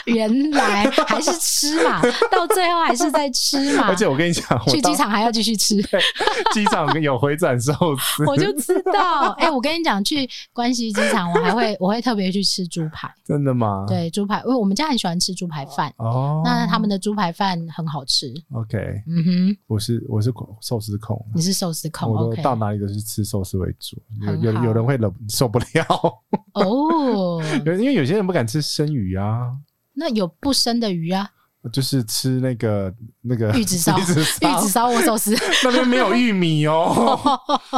Speaker 1: 原来还是吃 嘛，到最后还是在吃嘛。
Speaker 2: 而且我跟你讲，我
Speaker 1: 去
Speaker 2: 到
Speaker 1: 机场还要继续吃，
Speaker 2: 机场有回转寿司，
Speaker 1: 我就知 道。哎、我跟你讲，去关西机场，我还会我会特别去吃猪排，
Speaker 2: 真的吗？，
Speaker 1: 对猪排，因为我们家很喜欢吃猪排饭，
Speaker 2: 嗯哦，
Speaker 1: 那他们的猪排饭很好吃。
Speaker 2: OK，
Speaker 1: 嗯哼，
Speaker 2: 我是我是控寿司控，
Speaker 1: 你是寿司控
Speaker 2: 我
Speaker 1: ，OK？
Speaker 2: 都到哪里都是吃寿司为主。有
Speaker 1: 很
Speaker 2: 有
Speaker 1: 好
Speaker 2: 有人会忍受不了，
Speaker 1: 哦，
Speaker 2: 有 因为有些人不敢吃生鱼啊，
Speaker 1: 那有不生的鱼啊，
Speaker 2: 就是吃那个那个
Speaker 1: 玉子 烧
Speaker 2: 玉子
Speaker 1: 玉
Speaker 2: 烧，
Speaker 1: 子烧握寿 司，
Speaker 2: 那边没有玉米 哦。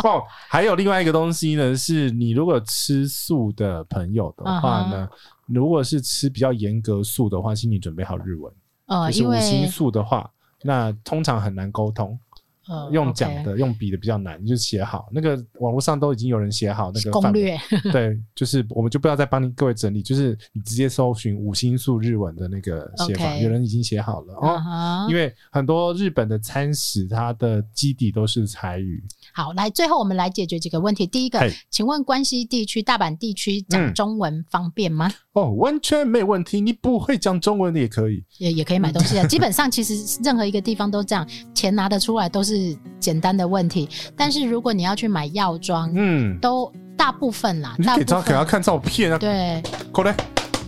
Speaker 2: 哦，还有另外一个东西呢，是你如果吃素的朋友的
Speaker 1: 嗯
Speaker 2: 话呢，如果是吃比较严格素的话，请你准备好日文。
Speaker 1: 呃，
Speaker 2: 就是
Speaker 1: 因
Speaker 2: 五星
Speaker 1: 为
Speaker 2: 素的话，那通常很难沟通，
Speaker 1: 呃
Speaker 2: 用讲
Speaker 1: OK
Speaker 2: 的、用笔的比较难，你就写好。那个网络上都已经有人写好那个
Speaker 1: 攻
Speaker 2: 范本，
Speaker 1: 略
Speaker 2: 对，就是我们就不要再帮你各位整理，就是你直接搜寻五星素日文的那个写法
Speaker 1: OK
Speaker 2: 有人已经写好了哦。
Speaker 1: 嗯哼
Speaker 2: 因为很多日本的餐食，它的基底都是柴鱼，
Speaker 1: 好，来，最后我们来解决几个问题。第一个
Speaker 2: 嘿，
Speaker 1: 请问关西地区、大阪地区讲
Speaker 2: 嗯
Speaker 1: 中文方便吗？
Speaker 2: 哦，完全没问题。你不会讲中文的也可以，
Speaker 1: 也也可以
Speaker 2: 嗯
Speaker 1: 买东西啊。基本上其实任何一个地方都这样，钱拿得出来都是简单的问题。但是如果你要去买药妆，
Speaker 2: 嗯，
Speaker 1: 都大部分啦
Speaker 2: 你，
Speaker 1: 大
Speaker 2: 可以
Speaker 1: 部
Speaker 2: 照给他
Speaker 1: 分
Speaker 2: 看照片啊，
Speaker 1: 对，
Speaker 2: 过来，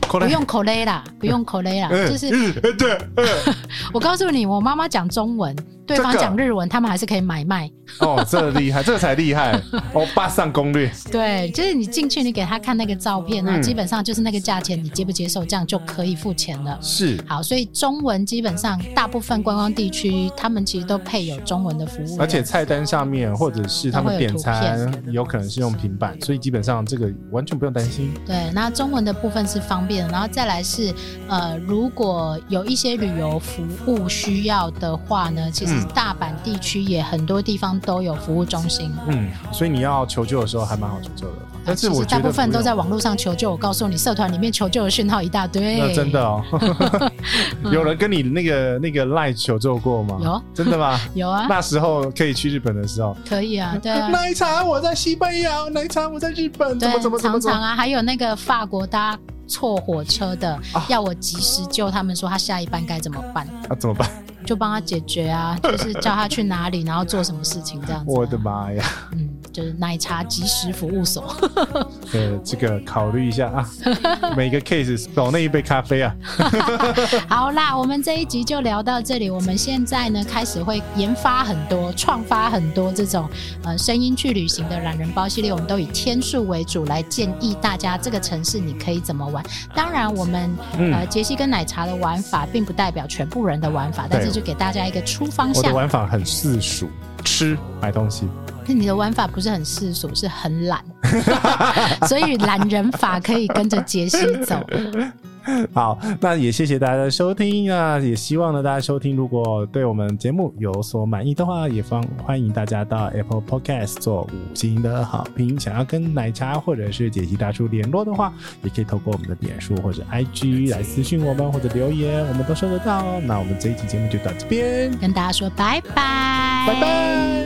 Speaker 2: 过来，
Speaker 1: 不用口雷啦，不用口雷啦，
Speaker 2: 嗯，
Speaker 1: 就是
Speaker 2: 嗯嗯对，嗯
Speaker 1: 我告诉你，我妈妈讲中文，对方
Speaker 2: 这个
Speaker 1: 讲日文，他们还是可以买卖。
Speaker 2: 哦，这厉害，这才厉 害！欧巴上攻略，
Speaker 1: 对，就是你进去，你给他看那个照片啊，
Speaker 2: 嗯
Speaker 1: 基本上就是那个价钱，你接不接受，这样就可以付钱了。
Speaker 2: 是
Speaker 1: 好，所以中文基本上大部分观光地区，他们其实都配有中文的服务。
Speaker 2: 而且菜单上面或者是他们点餐，有可能是用平板，所以基本上这个完全不用担心。
Speaker 1: 对，那中文的部分是方便的，然后再来是呃，如果有一些旅游服务需要的话呢，其实
Speaker 2: 嗯
Speaker 1: 大阪地区也很多地方都有服务中心。
Speaker 2: 嗯，所以你要求救的时候还蛮好求救的，但是
Speaker 1: 其
Speaker 2: 我
Speaker 1: 实
Speaker 2: 觉
Speaker 1: 大
Speaker 2: 得
Speaker 1: 部分
Speaker 2: 不
Speaker 1: 都
Speaker 2: 用
Speaker 1: 在网络上求救。我告诉你，社团里面求救的讯号一大堆。
Speaker 2: 那真的 哦，有人跟你那个那个赖求救过吗？
Speaker 1: 有，
Speaker 2: 真的吗？
Speaker 1: 有啊，
Speaker 2: 那时候可以去日本的时候，
Speaker 1: 可以啊，对啊。
Speaker 2: 奶茶我在西班牙，奶茶我在日本，怎
Speaker 1: 对
Speaker 2: 么怎么，怎么
Speaker 1: 常
Speaker 2: 怎
Speaker 1: 常
Speaker 2: 么，
Speaker 1: 啊，还有那个法国搭错火车的，
Speaker 2: 啊
Speaker 1: 要我及时救他们，说他下一班该怎么办，
Speaker 2: 啊怎么办？
Speaker 1: 就帮他解决啊，就是叫他去哪里，然后做什么事情这样子、啊
Speaker 2: 我的，妈呀！
Speaker 1: 嗯，就是奶茶及时服务所，
Speaker 2: 呃，这个考虑一下啊，每个 case 走那一杯咖啡啊，
Speaker 1: 好啦，我们这一集就聊到这里。我们现在呢，开始会研发很多、创发很多这种呃声音去旅行的懒人包系列，我们都以天数为主来建议大家这个城市你可以怎么玩。当然，我们、
Speaker 2: 嗯
Speaker 1: 呃杰西跟奶茶的玩法并不代表全部人的玩法，但是就给大家一个出方
Speaker 2: 我的
Speaker 1: 向。
Speaker 2: 玩法很世俗，吃买东西，
Speaker 1: 那你的玩法不是很世俗，是 很懒，所以懒人法可以跟着杰西走。
Speaker 2: 好，那也谢谢大家的收听啊，也希望呢大家收听，如果对我们节目有所满意的话，也方欢迎大家到 Apple Podcast 做五星的好评。想要跟奶茶或者是解析大叔联络的话，也可以透过我们的脸书或者 IG 来私讯我们或者留言，我们都收得到哦。那我们这一期节目就到这边，
Speaker 1: 跟大家说拜拜，
Speaker 2: 拜拜。